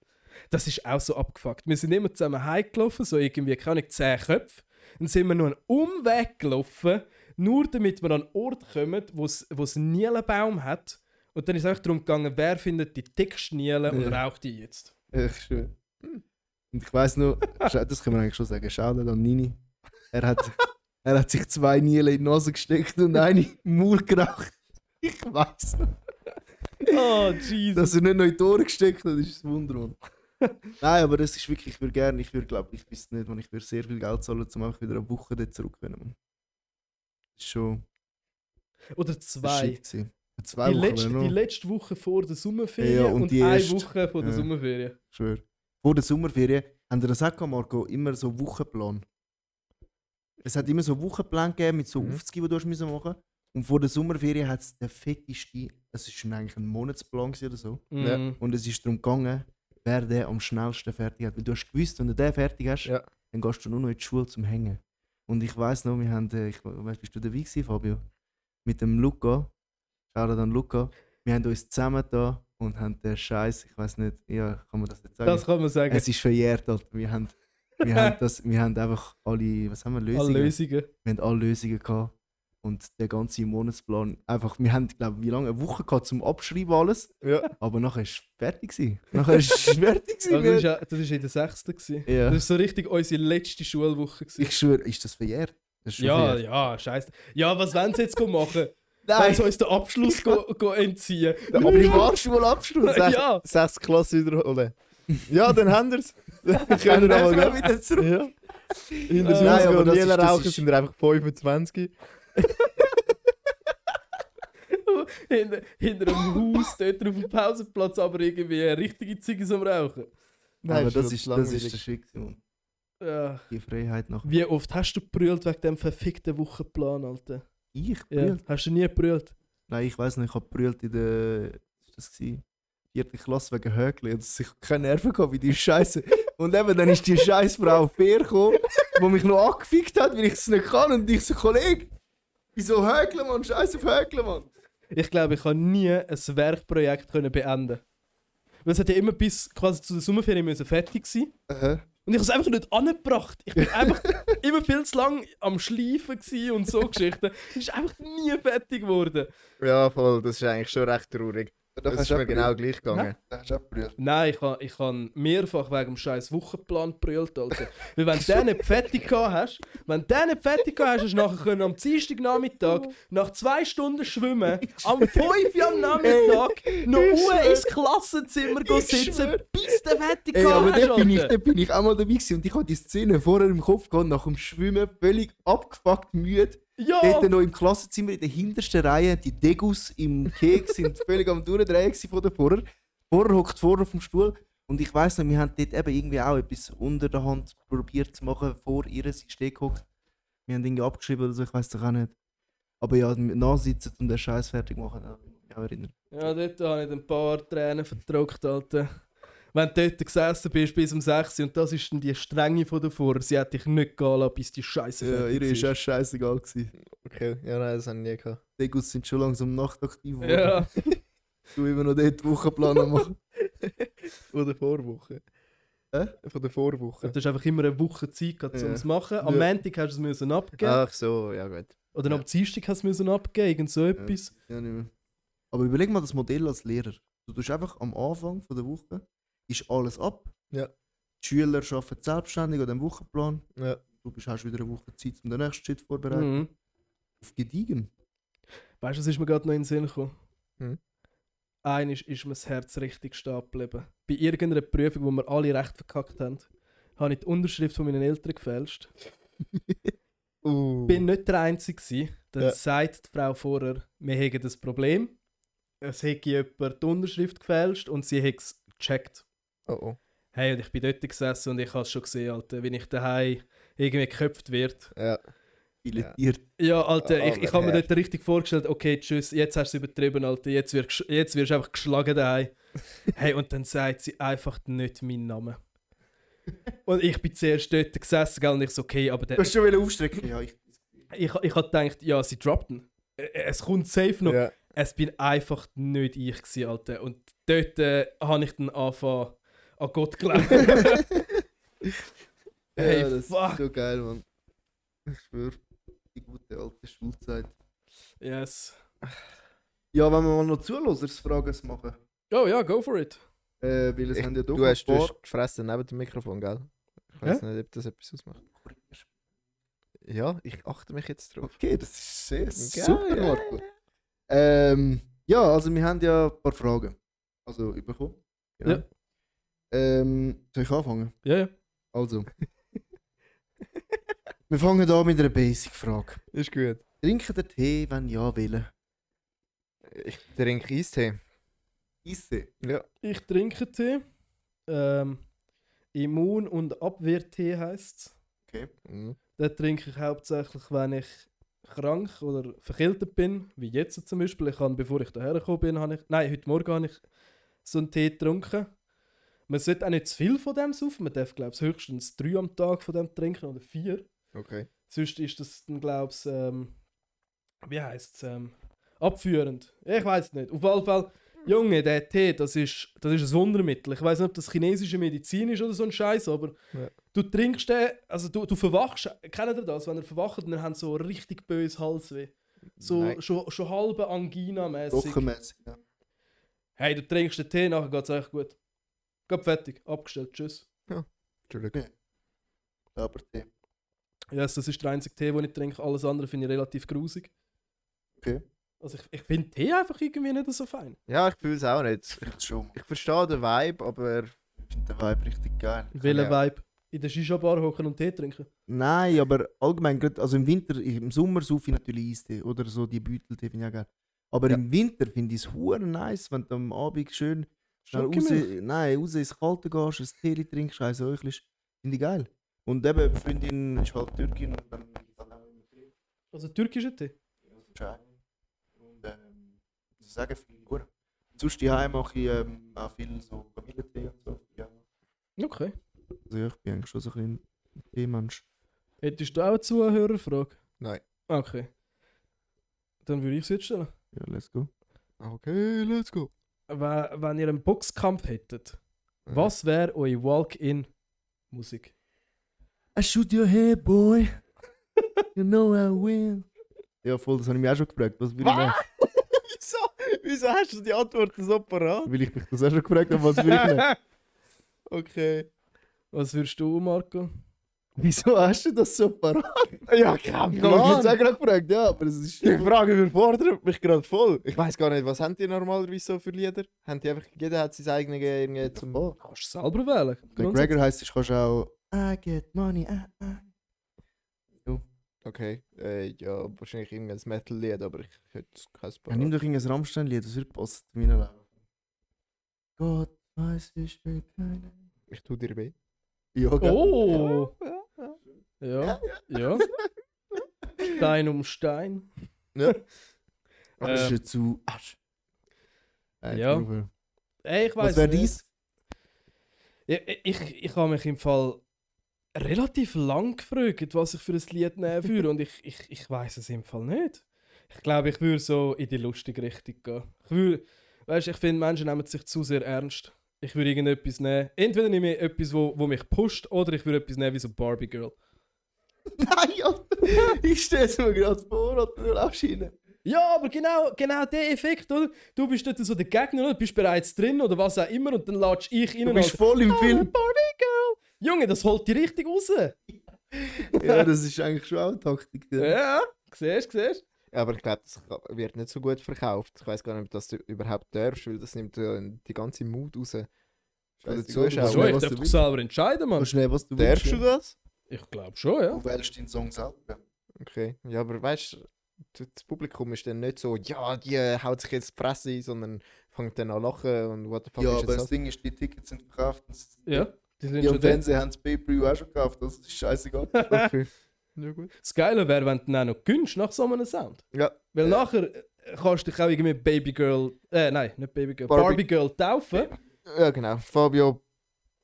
Speaker 3: Das ist auch so abgefuckt. Wir sind immer zusammen heimgelaufen, so irgendwie, keine Ahnung, zehn Köpfe. Dann sind wir noch einen Umweg gelaufen, nur damit wir an einen Ort kommen, wo es einen Nielenbaum hat. Und dann ist es einfach darum gegangen, wer findet die dickste Niele und
Speaker 1: Ja.
Speaker 3: raucht die jetzt.
Speaker 1: Echt schön. Und ich weiß nur, scha- das können wir eigentlich schon sagen, Shoutout an Nini. Er hat, er hat sich zwei Nielen in die Nase gesteckt und eine im Maul geraucht. Ich weiß
Speaker 3: Oh, Jesus.
Speaker 1: Dass er nicht noch in die Ohren gesteckt hat, ist ein Wunder. Mann. Nein, aber das ist wirklich, ich würde gerne, ich würde glaube ich, wüsste nicht, man, ich würde sehr viel Geld zahlen, um einfach wieder eine Woche dort zurückzukommen. Mann. Das ist schon
Speaker 3: Oder
Speaker 1: das ist
Speaker 3: zwei.
Speaker 1: shit gewesen. Zwei
Speaker 3: die,
Speaker 1: Wochen,
Speaker 3: letzte,
Speaker 1: wenn
Speaker 3: die
Speaker 1: noch,
Speaker 3: letzte Woche vor der Sommerferien
Speaker 1: Ja,
Speaker 3: und,
Speaker 1: und die
Speaker 3: eine
Speaker 1: erste-
Speaker 3: Woche vor der
Speaker 1: ja.
Speaker 3: Sommerferien.
Speaker 1: ich schwör. Vor der Sommerferien, haben wir das auch gehabt, Marco, immer so Wochenplan. Es hat immer so Wochenplan gegeben mit so
Speaker 2: Mhm.
Speaker 1: Aufzügen, die du hast machen musst. Und vor der Sommerferien hat es den fettesten, es ist schon eigentlich ein Monatsplan gewesen oder so.
Speaker 2: Ja.
Speaker 3: Mhm.
Speaker 1: Und es ist darum gegangen, wer den am schnellsten fertig hat. Weil du hast gewusst, wenn du den fertig hast,
Speaker 2: Ja.
Speaker 1: dann gehst du nur noch in die Schule zum Hängen. Und ich weiß noch, wir haben, äh, ich weiß, bist du dabei gewesen, Fabio? Mit dem Luca, schau an Luca, wir haben uns zusammen da und haben den Scheiß, ich weiß nicht, ja, kann man das jetzt sagen?
Speaker 3: Das kann man sagen.
Speaker 1: es ist verjährt, Alter. Wir haben, wir haben das, wir haben einfach alle, was haben wir, Lösungen?
Speaker 3: Alle Lösungen.
Speaker 1: Wir haben alle Lösungen gehabt. Und der ganze Monatsplan, einfach, wir haben, glaube wie lange, eine Woche gehabt zum Abschreiben alles.
Speaker 2: ja.
Speaker 1: Aber nachher war es fertig. gewesen. Nachher war es fertig.
Speaker 3: Also das,
Speaker 1: gewesen.
Speaker 3: ist, ja- das ist in der sechsten. gewesen.
Speaker 1: Ja.
Speaker 3: Das ist so richtig unsere letzte Schulwoche. Gewesen.
Speaker 1: ich schwöre, ist das verjährt? Das ist schon
Speaker 3: ja,
Speaker 1: verjährt.
Speaker 3: ja, scheiße. Ja, was wollen sie jetzt go machen? Wollen
Speaker 1: Nein,
Speaker 3: sie uns den Abschluss go, go entziehen?
Speaker 1: der Primarschulabschluss.
Speaker 2: Sech,
Speaker 3: Ja.
Speaker 2: Sechs Klasse wiederholen. Ja, dann haben wir's. Dann
Speaker 1: Können wir
Speaker 2: können wir mal
Speaker 1: einfach
Speaker 2: gehen.
Speaker 1: wieder zurück?
Speaker 2: Ja. In der
Speaker 3: Äh,
Speaker 1: nein,
Speaker 2: Schule
Speaker 1: aber
Speaker 2: und
Speaker 1: das ist-
Speaker 2: Jela
Speaker 1: das
Speaker 2: rauchen
Speaker 1: ist-
Speaker 2: sind wir einfach 25.
Speaker 3: hinter, hinter einem Haus, dort auf dem Pausenplatz, aber irgendwie eine richtige Ziege am Rauchen.
Speaker 1: Nein, aber
Speaker 2: ist schon
Speaker 1: das ist, das
Speaker 2: langweilig.
Speaker 1: ist der Schick. Simon.
Speaker 3: Ja.
Speaker 1: Die Freiheit nach
Speaker 3: Wie oft hast du brüllt wegen dem verfickten Wochenplan, Alter?
Speaker 1: ich halt
Speaker 3: Ja.
Speaker 1: brüllt.
Speaker 3: Hast du nie brüllt?
Speaker 1: Nein, ich weiß nicht, ich habe brüllt in der was das gsi? vierten Klasse wegen Högli und ich hab keine Nerven gehabt wie die Scheiße. Und eben dann ist die Scheißfrau fair gekommen, die mich noch angefickt hat, weil ich es nicht kann und ich so Kollege, wieso Högli Mann, Scheiß auf Högli Mann.
Speaker 3: Ich glaube, ich kann nie ein Werkprojekt können beenden. Weil es hat ja immer bis quasi zu der Sommerferien müssen fertig sein. Und ich habe es einfach nicht angebracht. Ich bin einfach immer viel zu lang am Schleifen gsi und so Geschichten. Es ist einfach nie fertig geworden.
Speaker 2: Ja, voll, das ist eigentlich schon recht traurig.
Speaker 1: Doch
Speaker 2: das ist mir genau gleich gegangen.
Speaker 1: hast du auch brüllt.
Speaker 3: Nein, ich habe ich han mehrfach wegen dem scheiß Wochenplan gebrüllt, Alter. Weil wenn du den nicht fertig gehabt hast, wenn du den nicht fertig gehabt hast, hast du nachher können am Dienstagnachmittag nach zwei Stunden schwimmen, am 5 Uhr am Nachmittag noch Uhr ins Klassenzimmer go sitzen,
Speaker 1: schwör.
Speaker 3: bis du den fertig
Speaker 1: Ey, aber
Speaker 3: gehabt hast,
Speaker 1: dort bin, ich,
Speaker 3: Alter.
Speaker 1: dort bin ich auch mal dabei gewesen und ich hatte die Szene vorher im Kopf gehabt, nach dem Schwimmen, völlig abgefuckt, müde.
Speaker 3: Ja,
Speaker 1: Dort noch im Klassenzimmer in der hintersten Reihe, die Degus im Keks sind völlig am Durchdrehen gewesen von der Vorher. Vorher hockt vorne auf dem Stuhl. Und ich weiß noch, wir haben dort eben irgendwie auch etwas unter der Hand probiert zu machen, vor ihr sie steht gehockt. Wir haben irgendwie abgeschrieben oder so, ich weiß doch auch nicht. Aber ja, nachsitzen und den Scheiß fertig machen, da kann ich mich auch erinnern.
Speaker 3: ja dort habe ich ein paar Tränen verdrückt, Alter. Wenn du dort gesessen bist bis um 6 Uhr und das ist dann die Strenge von davor, sie hat dich nicht gehen lassen, bis die Scheiße fertig ist.
Speaker 1: auch scheißegal gewesen.
Speaker 2: Okay, ja, nein, das habe ich nie gehabt.
Speaker 1: Degus sind schon langsam nachtaktiv geworden.
Speaker 3: Ja.
Speaker 1: Du immer noch dort Wochenplan am machen.
Speaker 2: Von der Vorwoche.
Speaker 1: Hä?
Speaker 2: Von der Vorwoche.
Speaker 3: Du hast einfach immer eine Woche Zeit, gehabt, um
Speaker 2: Ja.
Speaker 3: es zu machen. Am
Speaker 2: Ja. Ah.
Speaker 3: Montag hast du es müssen abgeben.
Speaker 2: Ach so, ja gut.
Speaker 3: Oder am Dienstag hast du es müssen abgeben. Irgend so etwas.
Speaker 1: Ja, nicht mehr. Aber überleg mal das Modell als Lehrer. Du tust einfach am Anfang von der Woche ist alles ab.
Speaker 2: Ja.
Speaker 1: Die Schüler arbeiten selbstständig an dem Wochenplan.
Speaker 2: Ja.
Speaker 1: Du bist, hast wieder eine Woche Zeit, um den nächsten Schritt vorzubereiten.
Speaker 3: Mhm.
Speaker 1: Auf Gediegen.
Speaker 3: Weißt du, was ist mir gerade noch in den Sinn gekommen?
Speaker 2: Mhm.
Speaker 3: Eines ist mir das Herz richtig stehen geblieben. Bei irgendeiner Prüfung, wo wir alle recht verkackt haben, habe ich die Unterschrift von meinen Eltern gefälscht.
Speaker 2: Uh.
Speaker 3: bin nicht der Einzige. gewesen. Dann
Speaker 2: Ja.
Speaker 3: sagt die Frau vorher, wir hätten das Problem. Es hätte jemand die Unterschrift gefälscht und sie hätte es gecheckt.
Speaker 2: Oh, oh.
Speaker 3: Hey, und ich bin dort gesessen und ich habe es schon gesehen, Alter, wenn ich daheim irgendwie geköpft wird.
Speaker 2: Ja.
Speaker 1: Filetiert.
Speaker 3: Ja, Alter,
Speaker 2: Ah,
Speaker 3: ich, ich habe mir
Speaker 2: Herr.
Speaker 3: dort richtig vorgestellt, okay, tschüss, jetzt hast du es übertrieben, Alter, jetzt wirst, du- jetzt wirst du einfach geschlagen daheim. hey, und dann sagt sie einfach nicht meinen Namen. Und ich bin zuerst dort gesessen, gell, und ich so, okay, aber der,
Speaker 1: Du hast schon wieder aufstrecken. Ja, ich.
Speaker 3: ich, ich habe gedacht, ja, sie droppt ihn. Ä- Es kommt safe noch.
Speaker 2: Ja.
Speaker 3: Es bin einfach nicht ich gewesen, Alter. Und dort äh, habe ich dann angefangen, an Gott glauben. Hey,
Speaker 1: ja, das
Speaker 3: fuck.
Speaker 1: ist so geil, Mann. Ich schwöre, die gute alte Schulzeit.
Speaker 3: yes.
Speaker 1: Ja, wenn wir mal noch Zuhörerfragen machen.
Speaker 3: Oh ja, go for it.
Speaker 1: Äh, weil es
Speaker 2: Ich-
Speaker 1: haben ja doch
Speaker 2: Du
Speaker 1: ein
Speaker 2: hast, du
Speaker 1: paar-
Speaker 2: hast die Fresse neben dem Mikrofon, gell? Ich weiß nicht, ob das etwas ausmacht. Ja, ich achte mich jetzt drauf.
Speaker 1: Okay, das ist sehr
Speaker 2: Geil.
Speaker 1: super, Marco. Ähm, ja, also wir haben ja ein paar Fragen. Also überkommen.
Speaker 2: Ja.
Speaker 3: Ja.
Speaker 1: Ähm, soll ich anfangen?
Speaker 3: Ja, ja.
Speaker 1: Also. wir fangen an mit einer Basic-Frage.
Speaker 2: Ist gut.
Speaker 1: Trinken der Tee, wenn ja, wählen?
Speaker 2: Ich trinke Eistee.
Speaker 1: Eistee.
Speaker 2: Ja.
Speaker 3: Ich trinke Tee. Ähm, Immun- und Abwehrtee heisst es.
Speaker 2: Mhm.
Speaker 3: Den trinke ich hauptsächlich, wenn ich krank oder verkältet bin, wie jetzt zum Beispiel. Ich habe, bevor ich daher gekommen bin, habe ich, nein, heute Morgen habe ich so einen Tee getrunken. Man sollte auch nicht zu viel von dem saufen. Man darf, glaube ich, höchstens drei am Tag von dem trinken oder vier.
Speaker 2: Okay.
Speaker 3: Sonst ist das dann, glaube ich, ähm, wie heisst es, ähm, abführend. Ich weiß nicht. Auf jeden Fall, Junge, der Tee, das ist, das ist ein Wundermittel. Ich weiß nicht, ob das chinesische Medizin ist oder so ein Scheiß, aber
Speaker 2: Ja.
Speaker 3: du trinkst den, also du, du verwachst, kennt ihr das? Wenn ihr verwacht, dann haben sie so richtig böses Halsweh. So
Speaker 2: Nein.
Speaker 3: schon, schon halbe Angina-mäßig.
Speaker 1: Wochenmäßig. Ja.
Speaker 3: Hey, du trinkst den Tee, nachher geht es echt gut. Geht fertig, abgestellt, tschüss.
Speaker 2: Entschuldigung.
Speaker 1: Aber Tee.
Speaker 3: Yes, also das ist der einzige Tee, den ich trinke. Alles andere finde ich relativ grusig.
Speaker 1: Okay.
Speaker 3: Also ich, ich finde Tee einfach irgendwie nicht so fein.
Speaker 2: Ja, ich fühle es auch nicht.
Speaker 1: Vielleicht schon.
Speaker 2: Ich verstehe den Vibe, aber.
Speaker 1: Ich finde den Vibe richtig geil.
Speaker 3: Welchen
Speaker 2: Ja.
Speaker 3: Vibe? In der Shisha-Bar hocken und Tee trinken.
Speaker 1: Nein, aber allgemein, grad, also im Winter, im Sommer saufe ich natürlich Eistee oder so die Beuteltee finde ich auch geil. Aber
Speaker 2: Ja.
Speaker 1: im Winter finde ich es hure nice, wenn du am Abend schön schnell raus,
Speaker 3: Schokomilch.
Speaker 1: nein, raus ins Kalte gehst, ein Tee trinkst, ein Säuchlisch. Finde ich geil. Und eben, die Freundin ist halt Türkin und dann dann auch immer Krieg.
Speaker 3: Also türkischer Tee?
Speaker 1: Und ähm, das sagen viele Uhren. Sonst die Heim mache ich ähm, auch viel so Kamillentee und so. Ja.
Speaker 3: Okay.
Speaker 1: Also ja, ich bin eigentlich schon so ein bisschen ein Teemensch.
Speaker 3: Hättest du auch eine Zuhörerfrage?
Speaker 2: Nein.
Speaker 3: Okay. Dann würde ich sie jetzt stellen.
Speaker 1: Ja, let's go.
Speaker 2: Okay, let's go.
Speaker 3: Wenn, wenn ihr einen Boxkampf hättet, was wäre eure Walk-In-Musik?
Speaker 1: I shoot your head, boy. you know I will. Ja, voll, das habe ich mich auch schon gefragt. Was würde ich nehmen?
Speaker 2: Wieso, wieso hast du die Antworten so parat?
Speaker 1: Weil ich mich das auch schon gefragt habe, was würde ich nehmen?
Speaker 2: Okay.
Speaker 3: Was würdest du, Marco?
Speaker 1: Wieso hast du das so parat?
Speaker 2: Ja, kein
Speaker 1: Ich habe mich jetzt auch
Speaker 2: Plan.
Speaker 1: gerade gefragt, ja, aber es ist.
Speaker 2: Die Frage überfordert mich gerade voll. Ich weiß gar nicht, was haben die normalerweise so für Lieder? Haben die einfach, jeder hat sein eigenes irgendwie zum...
Speaker 1: Oh.
Speaker 3: Kannst du selber wählen.
Speaker 1: Der
Speaker 3: Grundsätzlich.
Speaker 1: Gregor heisst, ich kannst auch. I get money. ah, ah.
Speaker 2: Okay. Äh, ja, wahrscheinlich irgendein Metal-Lied, aber ich hätte kein
Speaker 1: Ja, nimm
Speaker 2: Plan.
Speaker 1: doch irgendein Rammstein-Lied, das wird passen zu meiner Welt. Gott weiß, ich will keine.
Speaker 2: Ich tu dir weh.
Speaker 1: Ja, gell?
Speaker 3: Oh! Ja, ja. Stein um Stein.
Speaker 2: Ja.
Speaker 1: Asche
Speaker 3: Ähm,
Speaker 1: zu Asche. Äh,
Speaker 3: ja.
Speaker 1: ich glaube,
Speaker 3: Ey, ich
Speaker 1: Was
Speaker 3: weiß
Speaker 1: wäre dies?
Speaker 3: Ich, ich, ich habe mich im Fall relativ lang gefragt, was ich für ein Lied nehmen würde. Und ich, ich, ich weiß es im Fall nicht. Ich glaube, ich würde so in die lustige Richtung gehen. Ich würde, weißt, ich finde, Menschen nehmen sich zu sehr ernst. Ich würde irgendetwas nehmen. Entweder nehme ich etwas, wo, wo mich pusht, oder ich würde etwas nehmen wie so Barbie Girl.
Speaker 1: Nein, Alter! Ich stelle es mir gerade vor, Alter, du laufst rein.
Speaker 3: Ja, aber genau, genau der Effekt, oder? Du bist dort so der Gegner, oder? Du bist bereits drin oder was auch immer und dann latsch ich rein
Speaker 1: Du bist
Speaker 3: als-
Speaker 1: voll im
Speaker 3: Ah,
Speaker 1: Film.
Speaker 3: Barbie Girl! Junge, das holt die richtig raus!
Speaker 1: Ja, das ist eigentlich schon auch eine Taktik. Ja.
Speaker 3: Ja, siehst, siehst.
Speaker 2: Aber ich glaube, das ka- wird nicht so gut verkauft. Ich weiß gar nicht, ob das du überhaupt darfst, weil das nimmt ja die ganze Mut raus. Für den
Speaker 1: Scheissegal,
Speaker 2: Zuschauer.
Speaker 1: das
Speaker 3: So,
Speaker 1: Ja,
Speaker 3: ich
Speaker 1: was du
Speaker 3: darf doch
Speaker 1: willst.
Speaker 3: selber entscheiden,
Speaker 1: Du
Speaker 3: Mann.
Speaker 1: kannst nehmen, Also was du willst.
Speaker 2: Darfst du das?
Speaker 3: Ich glaube schon, ja.
Speaker 1: Du wählst deinen Song selber.
Speaker 2: Okay. Ja, aber weißt du, das Publikum ist dann nicht so, ja, die äh, haut sich jetzt die Fresse ein, sondern fängt dann an lachen und what the fuck
Speaker 1: Ja,
Speaker 2: ist
Speaker 1: aber das
Speaker 2: jetzt das?
Speaker 1: Ding ist, die Tickets sind verkauft.
Speaker 3: Ja. Die sind
Speaker 1: Ja,
Speaker 3: schon
Speaker 1: und
Speaker 3: drin.
Speaker 1: Fernsehen haben das Pay-Per-View auch schon gekauft, das ist scheißegal.
Speaker 2: Okay. Ja, gut.
Speaker 3: Das Geile wäre, wenn du dann auch noch gönnst nach so einem Sound.
Speaker 2: Ja,
Speaker 3: Weil nachher äh, kannst du dich auch irgendwie Baby Girl, äh, nein, nicht Baby Girl, Barbie,
Speaker 2: Barbie-
Speaker 3: Girl taufen.
Speaker 2: ja, genau. Fabio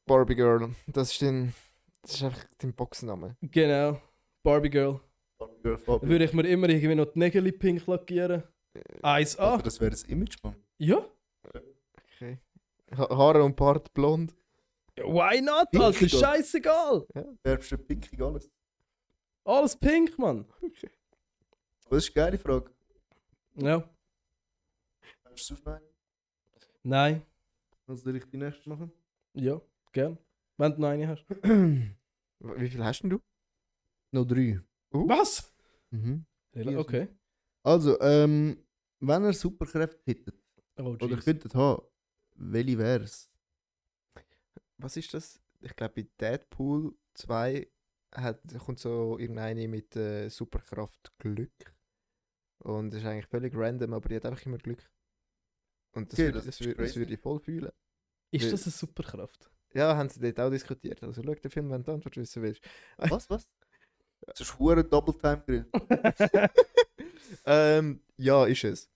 Speaker 2: Barbie Girl. Das ist dein. Das ist einfach dein Boxenname.
Speaker 3: Genau. Barbie Girl. Dann
Speaker 1: Würde
Speaker 3: würde ich mir immer irgendwie noch die Nägel pink lackieren. Eins
Speaker 1: ah.
Speaker 3: an.
Speaker 1: Das wäre das Image, Mann.
Speaker 3: Ja.
Speaker 2: Okay. Ha Haare und Bart blond.
Speaker 3: Why not,
Speaker 1: Pink,
Speaker 3: Alter?
Speaker 1: Gott.
Speaker 3: Scheißegal.
Speaker 1: Färbst du pinkig alles?
Speaker 3: Alles pink, Mann.
Speaker 1: Das ist eine geile Frage.
Speaker 3: Ja.
Speaker 1: Hast du es aufnehmen?
Speaker 3: Nein.
Speaker 1: Was soll ich die nächste machen?
Speaker 3: Ja. Gern. Wenn du noch eine hast.
Speaker 2: W- Wie viel hast denn du?
Speaker 1: Noch drei.
Speaker 3: Was?
Speaker 1: Mhm.
Speaker 3: Rela- Okay.
Speaker 1: Also, ähm, wenn ihr Superkräfte hättet
Speaker 3: Oh,
Speaker 1: oder
Speaker 3: jeez.
Speaker 1: könntet haben, welche wär's?
Speaker 2: Was ist das? Ich glaube, bei Deadpool 2 hat, kommt so irgendeine mit äh, Superkraft Glück. Und das ist eigentlich völlig random, aber die hat einfach immer Glück. Und das,
Speaker 1: Okay,
Speaker 2: würde,
Speaker 1: das
Speaker 2: das,
Speaker 1: ist
Speaker 2: würde, das
Speaker 1: crazy.
Speaker 2: würde ich voll fühlen.
Speaker 3: Ist das eine Superkraft?
Speaker 2: Ja, haben sie dort auch diskutiert. Also schau den Film, wenn du die Antwort wissen willst.
Speaker 1: Was, was? Das ist hure Double Time drin.
Speaker 2: Ähm, ja, ist es.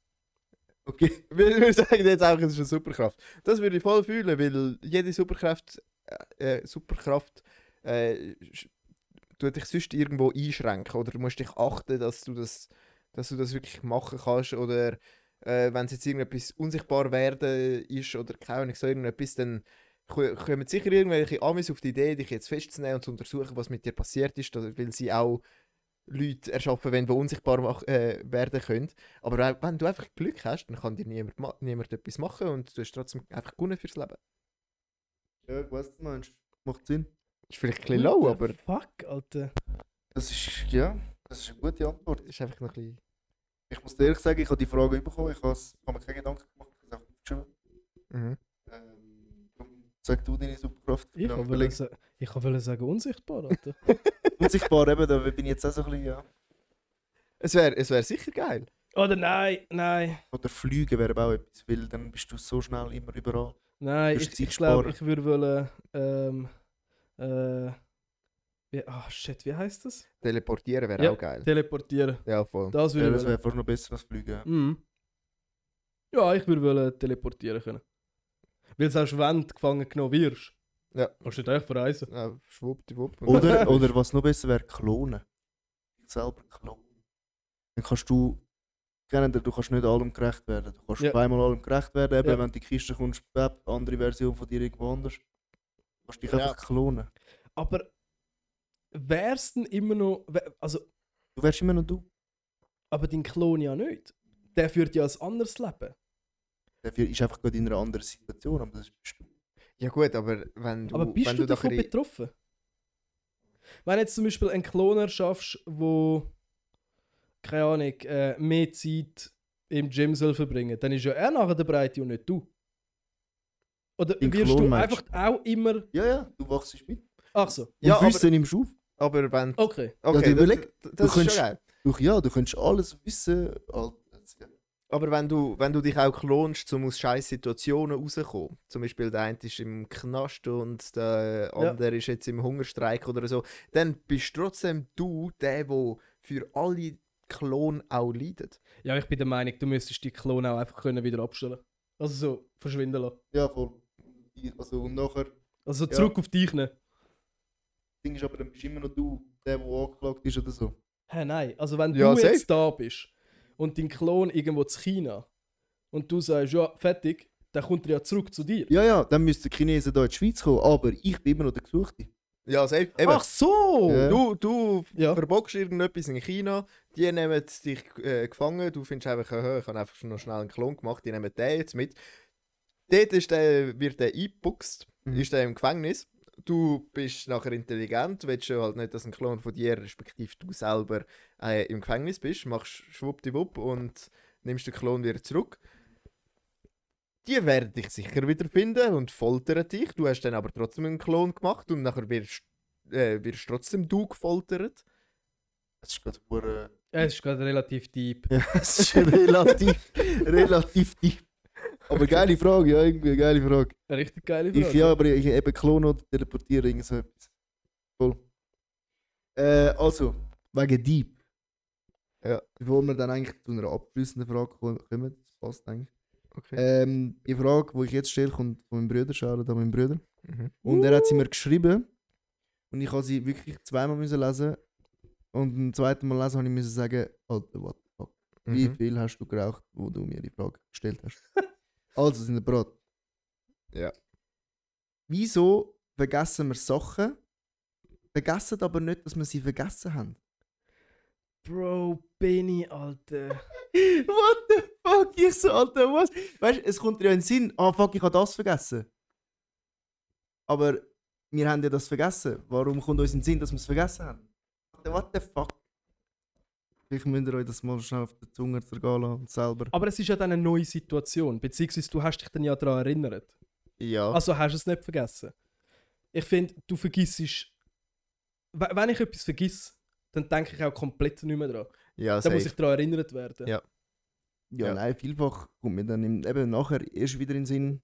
Speaker 1: Okay.
Speaker 2: Wir, wir sagen jetzt einfach, es ist eine Superkraft. Das würde ich voll fühlen, weil jede Superkraft, äh, äh, Superkraft äh, sch- tut dich sonst irgendwo einschränken oder du musst dich achten, dass du das, dass du das wirklich machen kannst oder äh, wenn es jetzt irgendetwas unsichtbar werden ist oder keine Ahnung, so irgendetwas, dann ko- kommen sicher irgendwelche Amis auf die Idee, dich jetzt festzunehmen und zu untersuchen, was mit dir passiert ist, da- weil sie auch Leute erschaffen wollen, die unsichtbar mach, äh, werden können. Aber auch wenn du einfach Glück hast, dann kann dir niemand, ma- niemand etwas machen und du hast trotzdem einfach gewonnen fürs Leben.
Speaker 1: Ja, ich weiß, was du meinst. Macht Sinn.
Speaker 2: Ist vielleicht ein bisschen low,
Speaker 3: What the
Speaker 2: aber
Speaker 3: Fuck, Alter.
Speaker 1: Das ist, ja, das ist eine gute Antwort.
Speaker 2: ist einfach noch ein bisschen.
Speaker 1: Ich muss dir ehrlich sagen, ich habe die Frage bekommen, ich habe hab mir keine Gedanken gemacht, ich habe es aufgeschrieben.
Speaker 2: Mhm.
Speaker 1: Ähm, darum sag du deine Superkraft.
Speaker 3: Ich
Speaker 1: Dann
Speaker 3: wollte
Speaker 1: überleg-
Speaker 3: sa- ich wollte sagen, unsichtbar, Alter.
Speaker 1: Unsichtbar eben, da bin ich jetzt auch so ein bisschen, ja.
Speaker 2: Es wäre es wär sicher geil.
Speaker 3: Oder nein, nein,
Speaker 1: Oder fliegen wäre aber auch etwas, weil dann bist du so schnell immer überall.
Speaker 3: nein.
Speaker 1: Würdest
Speaker 3: Ich,
Speaker 1: Zeit
Speaker 3: ich glaube,
Speaker 1: sparen.
Speaker 3: ich würde wollen. Ähm, äh, Wie, ah, shit, wie heißt das?
Speaker 2: Teleportieren wäre
Speaker 3: Ja.
Speaker 2: auch geil.
Speaker 3: Teleportieren.
Speaker 2: Ja, voll.
Speaker 3: Das
Speaker 1: Ja,
Speaker 3: würde
Speaker 1: das
Speaker 3: ich wollen.
Speaker 1: wäre fast noch besser als Fliegen.
Speaker 3: Mhm. Ja, ich würde wollen teleportieren können. Weil selbst wenn du gefangen genommen wirst,
Speaker 2: Ja.
Speaker 3: kannst du nicht echt verreisen.
Speaker 2: Ja, schwuppdiwupp.
Speaker 1: Oder, oder was noch besser wäre, klonen. Selber klonen. Dann kannst du. Kennen Sie, Du kannst nicht allem gerecht werden. Du kannst
Speaker 3: Ja.
Speaker 1: zweimal allem gerecht werden, eben,
Speaker 3: Ja.
Speaker 1: wenn du in die Kiste kommst, bäb, andere Version von dir irgendwo anders. Du kannst dich
Speaker 5: Ja.
Speaker 1: einfach klonen.
Speaker 3: Aber wär's denn immer noch. wär- Also,
Speaker 1: Du wärst immer noch du.
Speaker 3: aber dein Klon ja nicht. Der führt ja ein anderes Leben.
Speaker 1: Dafür ist einfach gerade in einer anderen Situation. Aber das ist
Speaker 2: Ja gut, aber wenn du,
Speaker 3: aber bist
Speaker 2: wenn
Speaker 3: du,
Speaker 2: doch
Speaker 3: davon
Speaker 2: ein-
Speaker 3: betroffen? Wenn jetzt zum Beispiel einen Kloner schaffst, wo keine Ahnung, äh, mehr Zeit im Gym soll verbringen, dann ist ja er nachher der Breite und nicht du. Oder
Speaker 1: Dein
Speaker 3: wirst
Speaker 1: Klon
Speaker 3: du
Speaker 1: meinst
Speaker 3: einfach auch immer.
Speaker 1: ja, ja, du wachst mit.
Speaker 3: Ach so,
Speaker 1: Und
Speaker 2: Ja,
Speaker 1: ja, wüsst du nimmst auf.
Speaker 2: aber wenn...
Speaker 3: okay.
Speaker 2: Okay,
Speaker 1: du
Speaker 2: das-
Speaker 1: überleg,
Speaker 2: das,
Speaker 1: du
Speaker 2: ist schon
Speaker 1: könntest-
Speaker 2: geil.
Speaker 1: Doch ja, du könntest alles wissen. Alter, das- ja.
Speaker 2: Aber wenn du, wenn du dich auch klonst, um aus scheiß Situationen rauszukommen, zum Beispiel der eine ist im Knast und der
Speaker 3: Ja.
Speaker 2: andere ist jetzt im Hungerstreik oder so, dann bist trotzdem du der, der für alle Klon auch leidet.
Speaker 3: Ja, ich bin der Meinung, du müsstest die Klone auch einfach können wieder abstellen. Also so verschwinden lassen.
Speaker 1: Ja, voll. Also, und nachher.
Speaker 3: Also zurück auf dich nehmen.
Speaker 1: Das Ding ist aber, dann bist immer noch du, der, der angeklagt ist oder so.
Speaker 3: Hä, nein. Also wenn
Speaker 2: Ja,
Speaker 3: du
Speaker 2: safe.
Speaker 3: jetzt da bist und dein Klon irgendwo zu China und du sagst, ja, fertig, dann kommt er ja zurück zu dir.
Speaker 1: Ja, ja, dann müsste der Chinesen hier in die Schweiz kommen, aber ich bin immer noch der Gesuchte.
Speaker 2: Ja, safe. Eben.
Speaker 3: Ach so!
Speaker 1: Ja.
Speaker 2: Du, du
Speaker 3: Äh, Ja.
Speaker 2: verbockst irgendetwas in China, die nehmen dich äh, gefangen, du findest einfach, äh, ich habe einfach schon noch schnell einen Klon gemacht, die nehmen den jetzt mit. Dort ist der, wird der eingebuchst,
Speaker 1: Mhm.
Speaker 2: ist der im Gefängnis. Du bist nachher intelligent, willst ja halt nicht, dass ein Klon von dir, respektive du selber, äh, im Gefängnis bist, machst schwuppdiwupp und nimmst den Klon wieder zurück. Die werden dich sicher wieder finden und foltern dich. Du hast dann aber trotzdem einen Klon gemacht und nachher wirst, äh, wirst trotzdem du gefoltert.
Speaker 1: Das ist gerade pur.
Speaker 3: Es ist gerade relativ deep.
Speaker 1: Das ist relativ, relativ tief. Aber geile Frage, ja, irgendwie eine geile Frage.
Speaker 3: Eine richtig geile Frage.
Speaker 1: Ich, ja, aber ich eben klonen oder teleportieren, irgend so etwas. Voll. Äh, also, wegen Dieb.
Speaker 2: Ja.
Speaker 1: Bevor wir dann eigentlich zu einer abschließenden Frage ko- kommen, das passt eigentlich.
Speaker 2: Okay.
Speaker 1: Ähm, die Frage, die ich jetzt stelle, kommt von meinem Bruder, Charlotte, an meinem Bruder.
Speaker 2: Mhm.
Speaker 1: Und er hat sie mir geschrieben. Und ich habe sie wirklich zweimal müssen lesen. Und beim zweiten Mal lesen habe ich müssen sagen, Alter, what the fuck. Wie
Speaker 2: Mhm.
Speaker 1: viel hast du geraucht, wo du mir die Frage gestellt hast? also, sind wir bereit?
Speaker 2: Ja.
Speaker 1: Wieso vergessen wir Sachen, vergessen aber nicht, dass wir sie vergessen haben?
Speaker 3: Bro, Benny, Alter.
Speaker 1: What the fuck? Ich so, Alter, was? Weißt du, es kommt dir ja in den Sinn, ah fuck, ich habe das vergessen. Aber wir haben ja das vergessen. Warum kommt uns in den Sinn, dass wir es vergessen haben? Alter, what the fuck? Vielleicht müsst ihr euch das mal schnell auf der Zunge zergehen lassen und selber.
Speaker 3: Aber es ist ja dann eine neue Situation, beziehungsweise du hast dich dann ja daran erinnert.
Speaker 2: Ja.
Speaker 3: Also hast du es nicht vergessen. Ich finde, du vergissest. We- Wenn ich etwas vergiss, dann denke ich auch komplett nicht mehr dran.
Speaker 2: ja,
Speaker 3: Dann muss
Speaker 2: safe.
Speaker 3: ich daran erinnert werden.
Speaker 2: Ja.
Speaker 1: Ja,
Speaker 2: Ja.
Speaker 1: nein, vielfach kommt mir dann im, eben nachher erst wieder in den Sinn,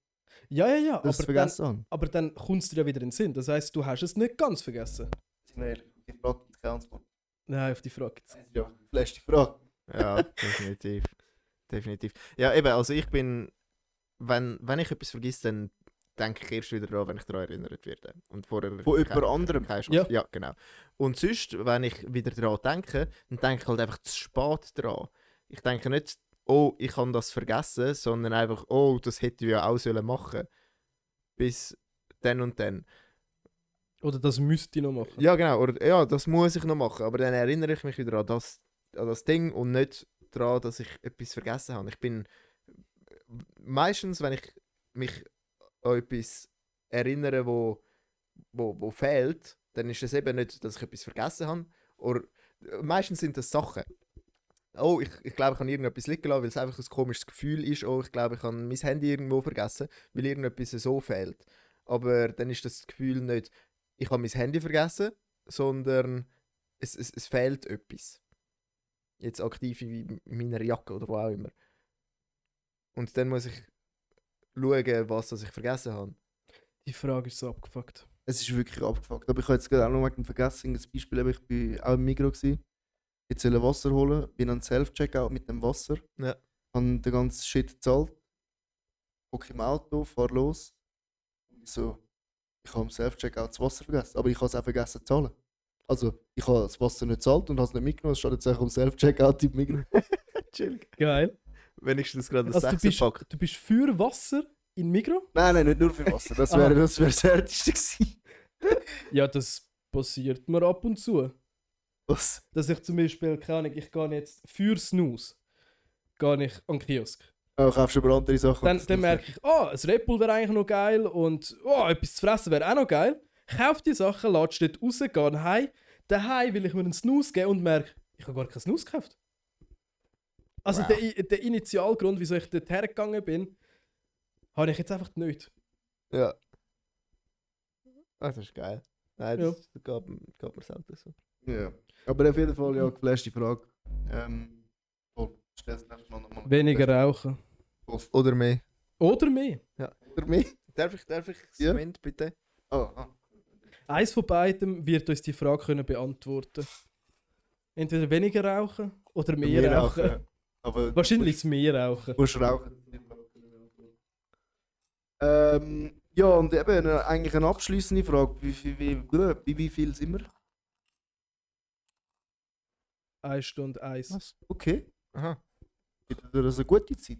Speaker 3: ja, ja. ja,
Speaker 1: dass ich es
Speaker 3: aber, dann,
Speaker 1: vergessen habe.
Speaker 3: aber dann kommt es dir ja wieder in den Sinn. Das heisst, du hast es nicht ganz vergessen.
Speaker 1: Sind wir ehrlich, die Frage gibt es keine Antwort.
Speaker 3: Nein, auf die Frage. jetzt.
Speaker 1: Das ist ja die letzte Frage.
Speaker 2: Ja, definitiv. definitiv. Ja, eben, also ich bin, wenn, wenn ich etwas vergesse, dann denke ich erst wieder daran, wenn ich daran erinnert werde. Und vorher
Speaker 1: Von
Speaker 2: keine-
Speaker 1: jemand anderem.
Speaker 2: Keine Chance.
Speaker 3: Ja.
Speaker 2: Ja. genau. Und sonst, wenn ich wieder daran denke, dann denke ich halt einfach zu spät dran. Ich denke nicht, oh, ich habe das vergessen, sondern einfach, oh, das hätte ich ja auch sollen machen Bis dann und dann.
Speaker 3: Oder das müsste ich noch machen.
Speaker 2: Ja, genau. Oder, ja, das muss ich noch machen. Aber dann erinnere ich mich wieder an das, an das Ding und nicht daran, dass ich etwas vergessen habe. Ich bin meistens, wenn ich mich an etwas erinnere, wo, wo, wo fehlt, dann ist es eben nicht, dass ich etwas vergessen habe. Oder meistens sind das Sachen. Oh, ich, ich glaube, ich habe irgendetwas liegen lassen, weil es einfach ein komisches Gefühl ist. Oh, ich glaube, ich habe mein Handy irgendwo vergessen, weil irgendetwas so fehlt. Aber dann ist das Gefühl nicht, ich habe mein Handy vergessen, sondern es, es, es fehlt etwas. Jetzt aktiv in meiner Jacke oder wo auch immer. Und dann muss ich schauen, was das ich vergessen habe.
Speaker 3: Die Frage ist so abgefuckt.
Speaker 1: Es ist wirklich abgefuckt. Aber ich habe jetzt gerade auch noch wegen dem Vergessen ein Beispiel. eben, Ich bin auch im Migro. Gewesen. Jetzt soll ich Wasser holen. Bin an Self-Checkout mit dem Wasser.
Speaker 6: Ja.
Speaker 1: Habe den ganzen Shit gezahlt. Gucke im Auto, fahre los. Und ich so, ich habe im Self-Checkout das Wasser vergessen. Aber ich habe es auch vergessen zu zahlen. Also, ich habe das Wasser nicht gezahlt und habe es nicht mitgenommen. Es steht jetzt auch im Self-Checkout im Migro.
Speaker 6: Chillig.
Speaker 3: Geil.
Speaker 6: Wenigstens gerade das
Speaker 3: Also du
Speaker 6: also,
Speaker 3: bist,
Speaker 6: Sechserpack.
Speaker 3: du bist für Wasser in Migro?
Speaker 1: Nein, nein, nicht nur für Wasser. Das
Speaker 3: Ah.
Speaker 1: wäre das, wär das Härteste gewesen.
Speaker 3: Ja, das passiert mir ab und zu.
Speaker 1: Was?
Speaker 3: Dass ich zum Beispiel, keine Ahnung, ich gehe jetzt für Snooze, gehe ich an den Kiosk.
Speaker 1: Oh, kaufst du aber andere Sachen.
Speaker 3: Dann, dann merke ich, ah, ein Red Bull wäre eigentlich noch geil und oh, etwas zu fressen wäre auch noch geil. Kauf die Sachen, latsch dort raus, geh heim. Daheim will ich mir einen Snooze geben und merke, ich habe gar keinen Snooze gekauft. Also der, I- der Initialgrund, wieso ich dort hergegangen bin, habe ich jetzt einfach nicht.
Speaker 6: Ja. Ah, das ist geil. Nein,
Speaker 3: Ja.
Speaker 6: das gab, gab mir selten so.
Speaker 1: Ja. Aber auf jeden Fall, ja, geflashte Frage. Ähm, oh, stell es nächstes Mal nochmal.
Speaker 3: Weniger rauchen.
Speaker 6: Oder mehr.
Speaker 3: Äh, Oder mehr.
Speaker 1: Oder mich?
Speaker 6: Darf ich, darf ich
Speaker 1: Ja.
Speaker 6: Moment bitte?
Speaker 1: Ah, ah.
Speaker 3: Eins von beidem wird uns die Frage können beantworten. Entweder weniger rauchen oder mehr,
Speaker 1: Mehr
Speaker 3: rauchen.
Speaker 1: rauchen. Aber
Speaker 3: Wahrscheinlich das mehr rauchen.
Speaker 1: Du musst rauchen. Ähm, ja, und eben äh, eigentlich eine abschließende Frage. Wie, wie, wie, wie, wie viel sind wir?
Speaker 3: Eine Stunde eins.
Speaker 1: Okay.
Speaker 6: Aha.
Speaker 1: Gibt dir das eine gute Zeit?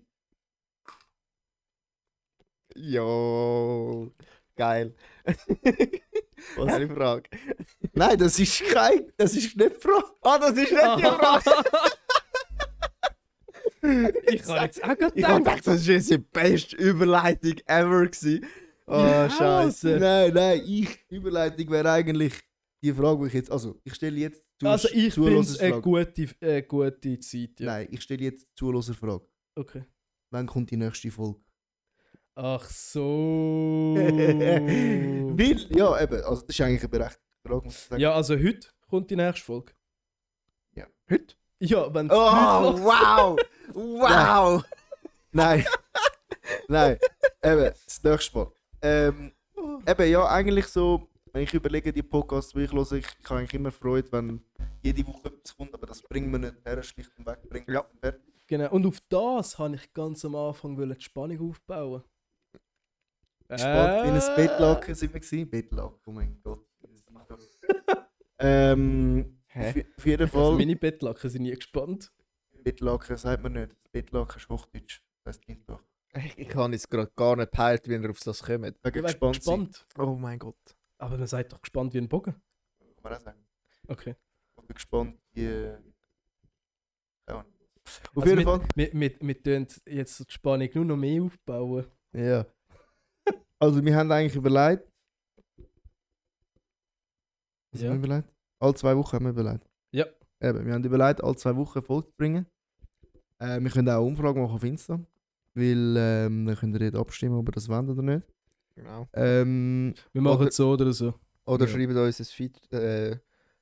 Speaker 6: Jo. Geil. Was eine Frage.
Speaker 1: Nein, das ist kein. Das ist nicht die Frage.
Speaker 6: Ah, das ist nicht die Frage.
Speaker 3: Ich kann jetzt auch gerade
Speaker 6: Ich hab
Speaker 3: denken.
Speaker 6: gedacht, das war jetzt die beste Überleitung ever. Gewesen. Oh,
Speaker 3: äh,
Speaker 6: Scheiße.
Speaker 1: Nein, nein, ich. Die Überleitung wäre eigentlich die Frage, die ich jetzt. Also, ich stelle jetzt zu-
Speaker 3: Also ich finde es
Speaker 1: Zuhörerfrage.
Speaker 3: eine gute, äh, gute Zeit. Ja.
Speaker 1: Nein, ich stelle jetzt die Frage.
Speaker 3: Okay.
Speaker 1: Wann kommt die nächste Folge?
Speaker 3: Ach so.
Speaker 1: Weil, ja, eben, also das ist eigentlich eine berechtigte Frage, muss ich sagen.
Speaker 3: ja, also heute kommt die nächste Folge.
Speaker 1: Ja.
Speaker 3: Heute? Ja, wenn
Speaker 6: Oh, wow. Wow.
Speaker 1: Nein. Nein. Eben, das nächste Mal. Ähm, eben, ja, eigentlich so, wenn ich überlege, die Podcasts, die ich höre, ich ich habe eigentlich immer Freude, wenn jede Woche etwas kommt, aber das bringt man nicht her, schlicht und weg bringt
Speaker 6: Ja.
Speaker 1: man her.
Speaker 3: Genau. Und auf das habe ich ganz am Anfang wollen die Spannung aufbauen. Äh.
Speaker 1: Spannend, in ein Bettlaken sind wir gewesen. Bettlaken, oh mein Gott. ähm,
Speaker 6: Hä?
Speaker 1: auf- auf jeden
Speaker 3: Also
Speaker 1: Fall,
Speaker 3: meine Bettlaken sind nie gespannt.
Speaker 1: Bettlaken sagt man nicht, Bettlaken ist Hochdeutsch, das heißt Bettlaken.
Speaker 6: Ich, ich habe jetzt gerade gar nicht peilt, wie ihr auf das kommt.
Speaker 1: Wegen
Speaker 3: Weil
Speaker 1: gespannt sein,
Speaker 3: gespannt.
Speaker 6: Oh mein Gott.
Speaker 3: Aber man sagt doch gespannt wie ein Bogen.
Speaker 1: kann man auch sagen.
Speaker 3: Okay.
Speaker 1: Ich bin gespannt, wie. äh, Ja. Auf
Speaker 3: Also
Speaker 1: jeden
Speaker 3: mit-
Speaker 1: Fall.
Speaker 3: Wir, wir, wir tun jetzt die Spannung nur noch mehr aufbauen.
Speaker 1: Ja. Also, wir haben eigentlich überlegt. Was
Speaker 3: Ja.
Speaker 1: haben Also wir überlegt? Alle zwei Wochen haben wir überlegt.
Speaker 3: Ja.
Speaker 1: Eben, wir haben überlegt, alle zwei Wochen Folge zu bringen. Äh, wir können auch eine Umfrage machen auf Insta. Weil ähm, dann könnt ihr dort abstimmen, ob ihr das wollt oder nicht.
Speaker 6: Genau.
Speaker 1: Ähm,
Speaker 3: Wir machen
Speaker 6: Oder-
Speaker 3: es so oder so.
Speaker 6: Oder
Speaker 1: Ja.
Speaker 6: schreibt uns ein Feed, äh,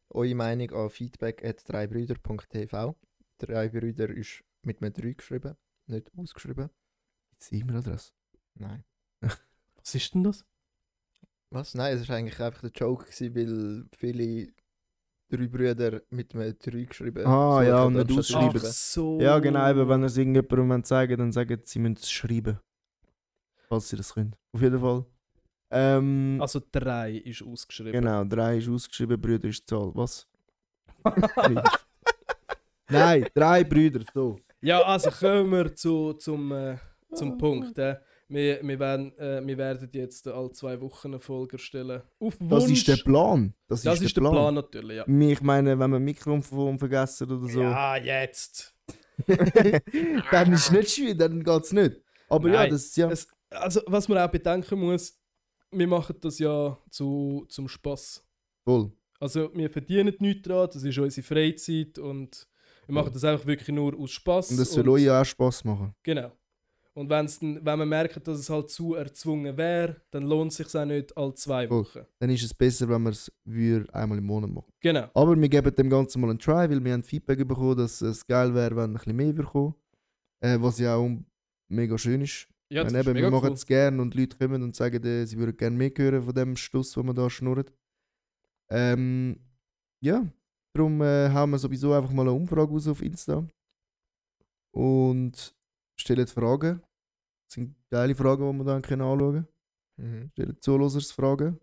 Speaker 6: eure Meinung an feedback.dreibrüder.tv. Drei Brüder ist mit einem 3 geschrieben, nicht ausgeschrieben.
Speaker 1: jetzt die E-Mail-Adresse.
Speaker 6: Nein.
Speaker 3: Was ist denn das?
Speaker 6: Was? Nein, es war eigentlich einfach der Joke, gewesen, weil viele drei Brüder mit einem 3 geschrieben
Speaker 1: Ah, ja,
Speaker 6: suchen,
Speaker 1: und nicht
Speaker 6: anstatt
Speaker 1: ausschreiben.
Speaker 6: ausschreiben.
Speaker 3: so.
Speaker 1: Ja, genau, eben, wenn ihr es irgendjemandem wollt sagen dann sagt, sie müssen es schreiben. Falls sie das können. Auf jeden Fall. Ähm,
Speaker 3: Also 3 ist ausgeschrieben.
Speaker 1: Genau, drei ist ausgeschrieben, Brüder ist die Zahl. Was? Genau. Nein, drei Brüder, so.
Speaker 3: Ja, also kommen wir zu, zum, äh, zum Punkt. Äh. Wir, wir, werden, äh, wir werden jetzt alle zwei Wochen eine Folge erstellen. Auf Wunsch.
Speaker 1: Das ist der Plan. Das,
Speaker 3: Das
Speaker 1: ist der Plan.
Speaker 3: natürlich, ja.
Speaker 1: Ich meine, wenn man Mikrofon vergessen oder so,
Speaker 3: Ja, jetzt.
Speaker 1: dann ist nicht schwierig, dann geht es nicht. Aber ja,
Speaker 3: Nein.
Speaker 1: das ist ja.
Speaker 3: Es- Also, was man auch bedenken muss, wir machen das ja zu, zum Spass.
Speaker 1: Voll.
Speaker 3: Also wir verdienen nichts dran, das ist unsere Freizeit und wir machen das einfach wirklich nur aus Spass.
Speaker 1: Und das soll euch ja auch Spass machen.
Speaker 3: Genau. Und wenn's dann, wenn man merkt, dass es halt zu erzwungen wäre, dann lohnt es sich auch nicht alle zwei
Speaker 1: Voll.
Speaker 3: Wochen.
Speaker 1: Dann ist es besser, wenn wir es wir einmal im Monat machen.
Speaker 3: Genau.
Speaker 1: Aber wir geben dem Ganzen mal einen Try, weil wir haben Feedback bekommen, dass es geil wäre, wenn ein bisschen mehr würde kommen. Äh, was ja auch mega schön ist.
Speaker 3: Ja, das
Speaker 1: Weil
Speaker 3: ist
Speaker 1: eben, wir
Speaker 3: mega
Speaker 1: machen
Speaker 3: cool.
Speaker 1: es gerne und Leute kommen und sagen, äh, sie würden gerne mehr hören von dem Stuss, den wir da schnurren. Ähm, ja, darum äh, haben wir sowieso einfach mal eine Umfrage raus auf Insta. Und stellen Fragen. Das sind geile Fragen, die wir dann können anschauen können.
Speaker 2: Mhm.
Speaker 1: Stellen Zulosers-Fragen.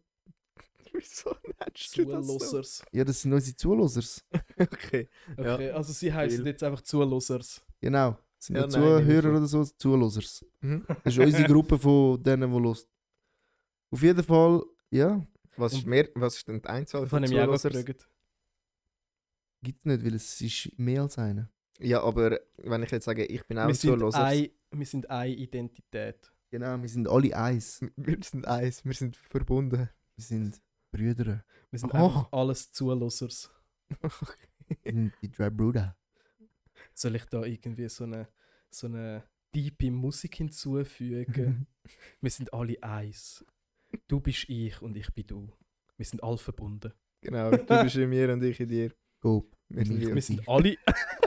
Speaker 2: Wieso nennst du das so?
Speaker 3: Zulosers.
Speaker 1: Ja, das sind unsere Zulosers.
Speaker 2: Okay. Ja.
Speaker 3: Okay, also sie heißen
Speaker 2: Weil-
Speaker 3: jetzt einfach Zulosers.
Speaker 1: Genau. Das sind
Speaker 2: Ja,
Speaker 1: nicht
Speaker 2: nein, nehme ich
Speaker 1: Zuhörer
Speaker 2: an.
Speaker 1: oder so, Zulosers.
Speaker 2: Mhm.
Speaker 1: Das ist unsere Gruppe von denen, die los. Auf jeden Fall, ja,
Speaker 2: Was ist, mehr, was ist denn die Einzahl
Speaker 3: Das habe
Speaker 2: von
Speaker 3: ich mich auch
Speaker 2: Zulosers?
Speaker 3: gefragt.
Speaker 1: gibt es nicht, weil es ist mehr als einer.
Speaker 2: Ja, aber wenn ich jetzt sage, ich bin auch
Speaker 3: Wir
Speaker 2: ein
Speaker 3: sind,
Speaker 2: Zulosers.
Speaker 3: ein, wir sind eine Identität.
Speaker 1: Genau, wir sind alle eins.
Speaker 2: Wir sind eins, wir sind verbunden.
Speaker 1: Wir sind Brüder.
Speaker 3: Wir sind
Speaker 2: Oh.
Speaker 3: einfach alles Zulosers.
Speaker 1: Wir sind die drei Brüder.
Speaker 3: Soll ich da irgendwie so eine, so eine tiefe Musik
Speaker 1: Mhm.
Speaker 3: hinzufügen? wir sind alle eins. Du bist ich und ich bin du. Wir sind alle verbunden.
Speaker 2: Genau, du bist in mir und ich in dir.
Speaker 1: Go.
Speaker 2: Wir sind
Speaker 1: Ich-
Speaker 2: wir.
Speaker 3: Wir sind alle.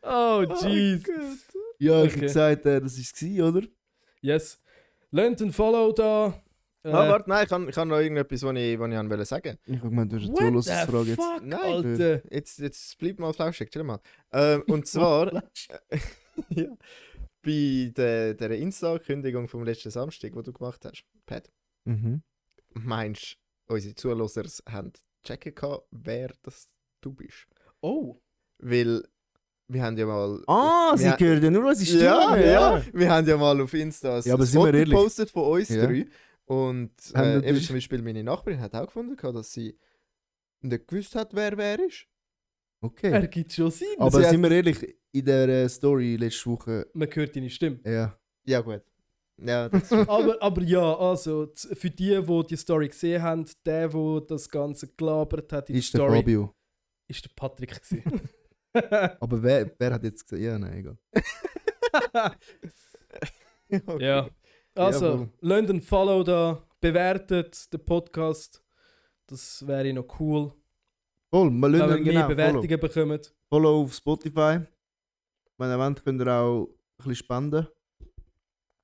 Speaker 3: oh, jeez.
Speaker 1: Ja, ich
Speaker 3: Okay.
Speaker 1: habe gesagt, äh, das war es, oder?
Speaker 3: yes. Lernt ein Follow da. Äh,
Speaker 2: Ah, warte, nein, ich habe ich hab noch irgendetwas, was ich, was ich haben wollte sagen.
Speaker 1: Ich habe gemeint, du hast eine
Speaker 3: What the
Speaker 1: Zulosungsfrage jetzt.
Speaker 3: fuck,
Speaker 2: Nein.
Speaker 3: Alter.
Speaker 2: Jetzt, jetzt bleib mal flauschig, chill mal. Ähm, und zwar, ja, bei der, der Insta-Kündigung vom letzten Samstag, die du gemacht hast, Pat,
Speaker 1: Mhm.
Speaker 2: meinst du, unsere Zulosers haben checken gehabt, wer das du bist?
Speaker 3: Oh.
Speaker 2: Weil wir haben ja mal.
Speaker 1: Ah, sie
Speaker 2: Ja.
Speaker 1: hören ja nur unsere Stimme.
Speaker 2: ja, ja,
Speaker 3: ja.
Speaker 2: wir haben ja mal auf Insta ein
Speaker 1: Ja, aber
Speaker 2: ein
Speaker 1: sind wir
Speaker 2: Foto
Speaker 1: ehrlich?
Speaker 2: gepostet von uns
Speaker 1: Ja.
Speaker 2: drei. Und
Speaker 1: Haben
Speaker 2: äh, eben
Speaker 1: natürlich-
Speaker 2: zum Beispiel meine Nachbarin hat auch gefunden, gehabt, dass sie nicht gewusst hat, wer wer ist.
Speaker 1: Okay.
Speaker 3: Er gibt schon Sinn.
Speaker 1: Aber
Speaker 2: sie hat-
Speaker 1: sind wir ehrlich, in der äh, Story letzte Woche,
Speaker 3: Man hört deine Stimme.
Speaker 1: ja.
Speaker 2: Ja, gut. Ja, das ist
Speaker 3: aber, aber ja, also z- für die, die die Story gesehen haben, der, der das Ganze gelabert hat in
Speaker 1: Ist
Speaker 3: der
Speaker 1: der
Speaker 3: Story,
Speaker 1: Fabio.
Speaker 3: ist der Patrick. gewesen. ja,
Speaker 1: Aber wer, wer hat jetzt gesagt, ja, nein, egal.
Speaker 3: also
Speaker 1: Jawohl.
Speaker 3: lasst einen Also, Follow da, bewertet den Podcast. Das wäre noch cool,
Speaker 1: Voll, wir
Speaker 3: wenn wir
Speaker 1: lassen
Speaker 3: mehr
Speaker 1: genau, follow.
Speaker 3: Bewertungen bekommen.
Speaker 1: follow auf Spotify. Wenn ihr wollt, könnt ihr auch ein bisschen spenden.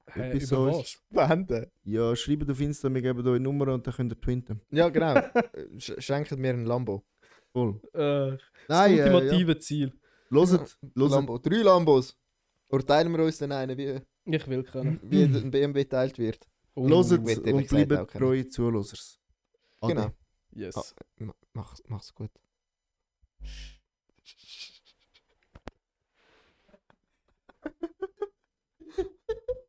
Speaker 3: Hä,
Speaker 1: Etwas
Speaker 3: äh, über
Speaker 1: so
Speaker 3: was?
Speaker 2: Wände.
Speaker 1: Ja, schreibt auf Insta, wir geben euch die Nummer und dann könnt ihr twinten.
Speaker 2: Ja, genau. Sch- Schenkt mir ein Lambo.
Speaker 1: Voll.
Speaker 3: Äh, das
Speaker 1: Nein, äh, ja.
Speaker 3: ultimative Ziel.
Speaker 1: Loset, loset.
Speaker 2: Lambo. Drei Lambos. Oder teilen wir uns den einen, wie,
Speaker 3: Ich will können.
Speaker 1: Mhm.
Speaker 2: wie ein BMW geteilt wird.
Speaker 3: Oh,
Speaker 1: Loset
Speaker 2: wird eben
Speaker 1: und
Speaker 2: gesagt, auch
Speaker 1: bleibt
Speaker 2: keiner.
Speaker 1: treue Zulosers. Ade. Ah.
Speaker 2: Genau.
Speaker 3: Yes.
Speaker 2: Ma- Mach's, mach's gut.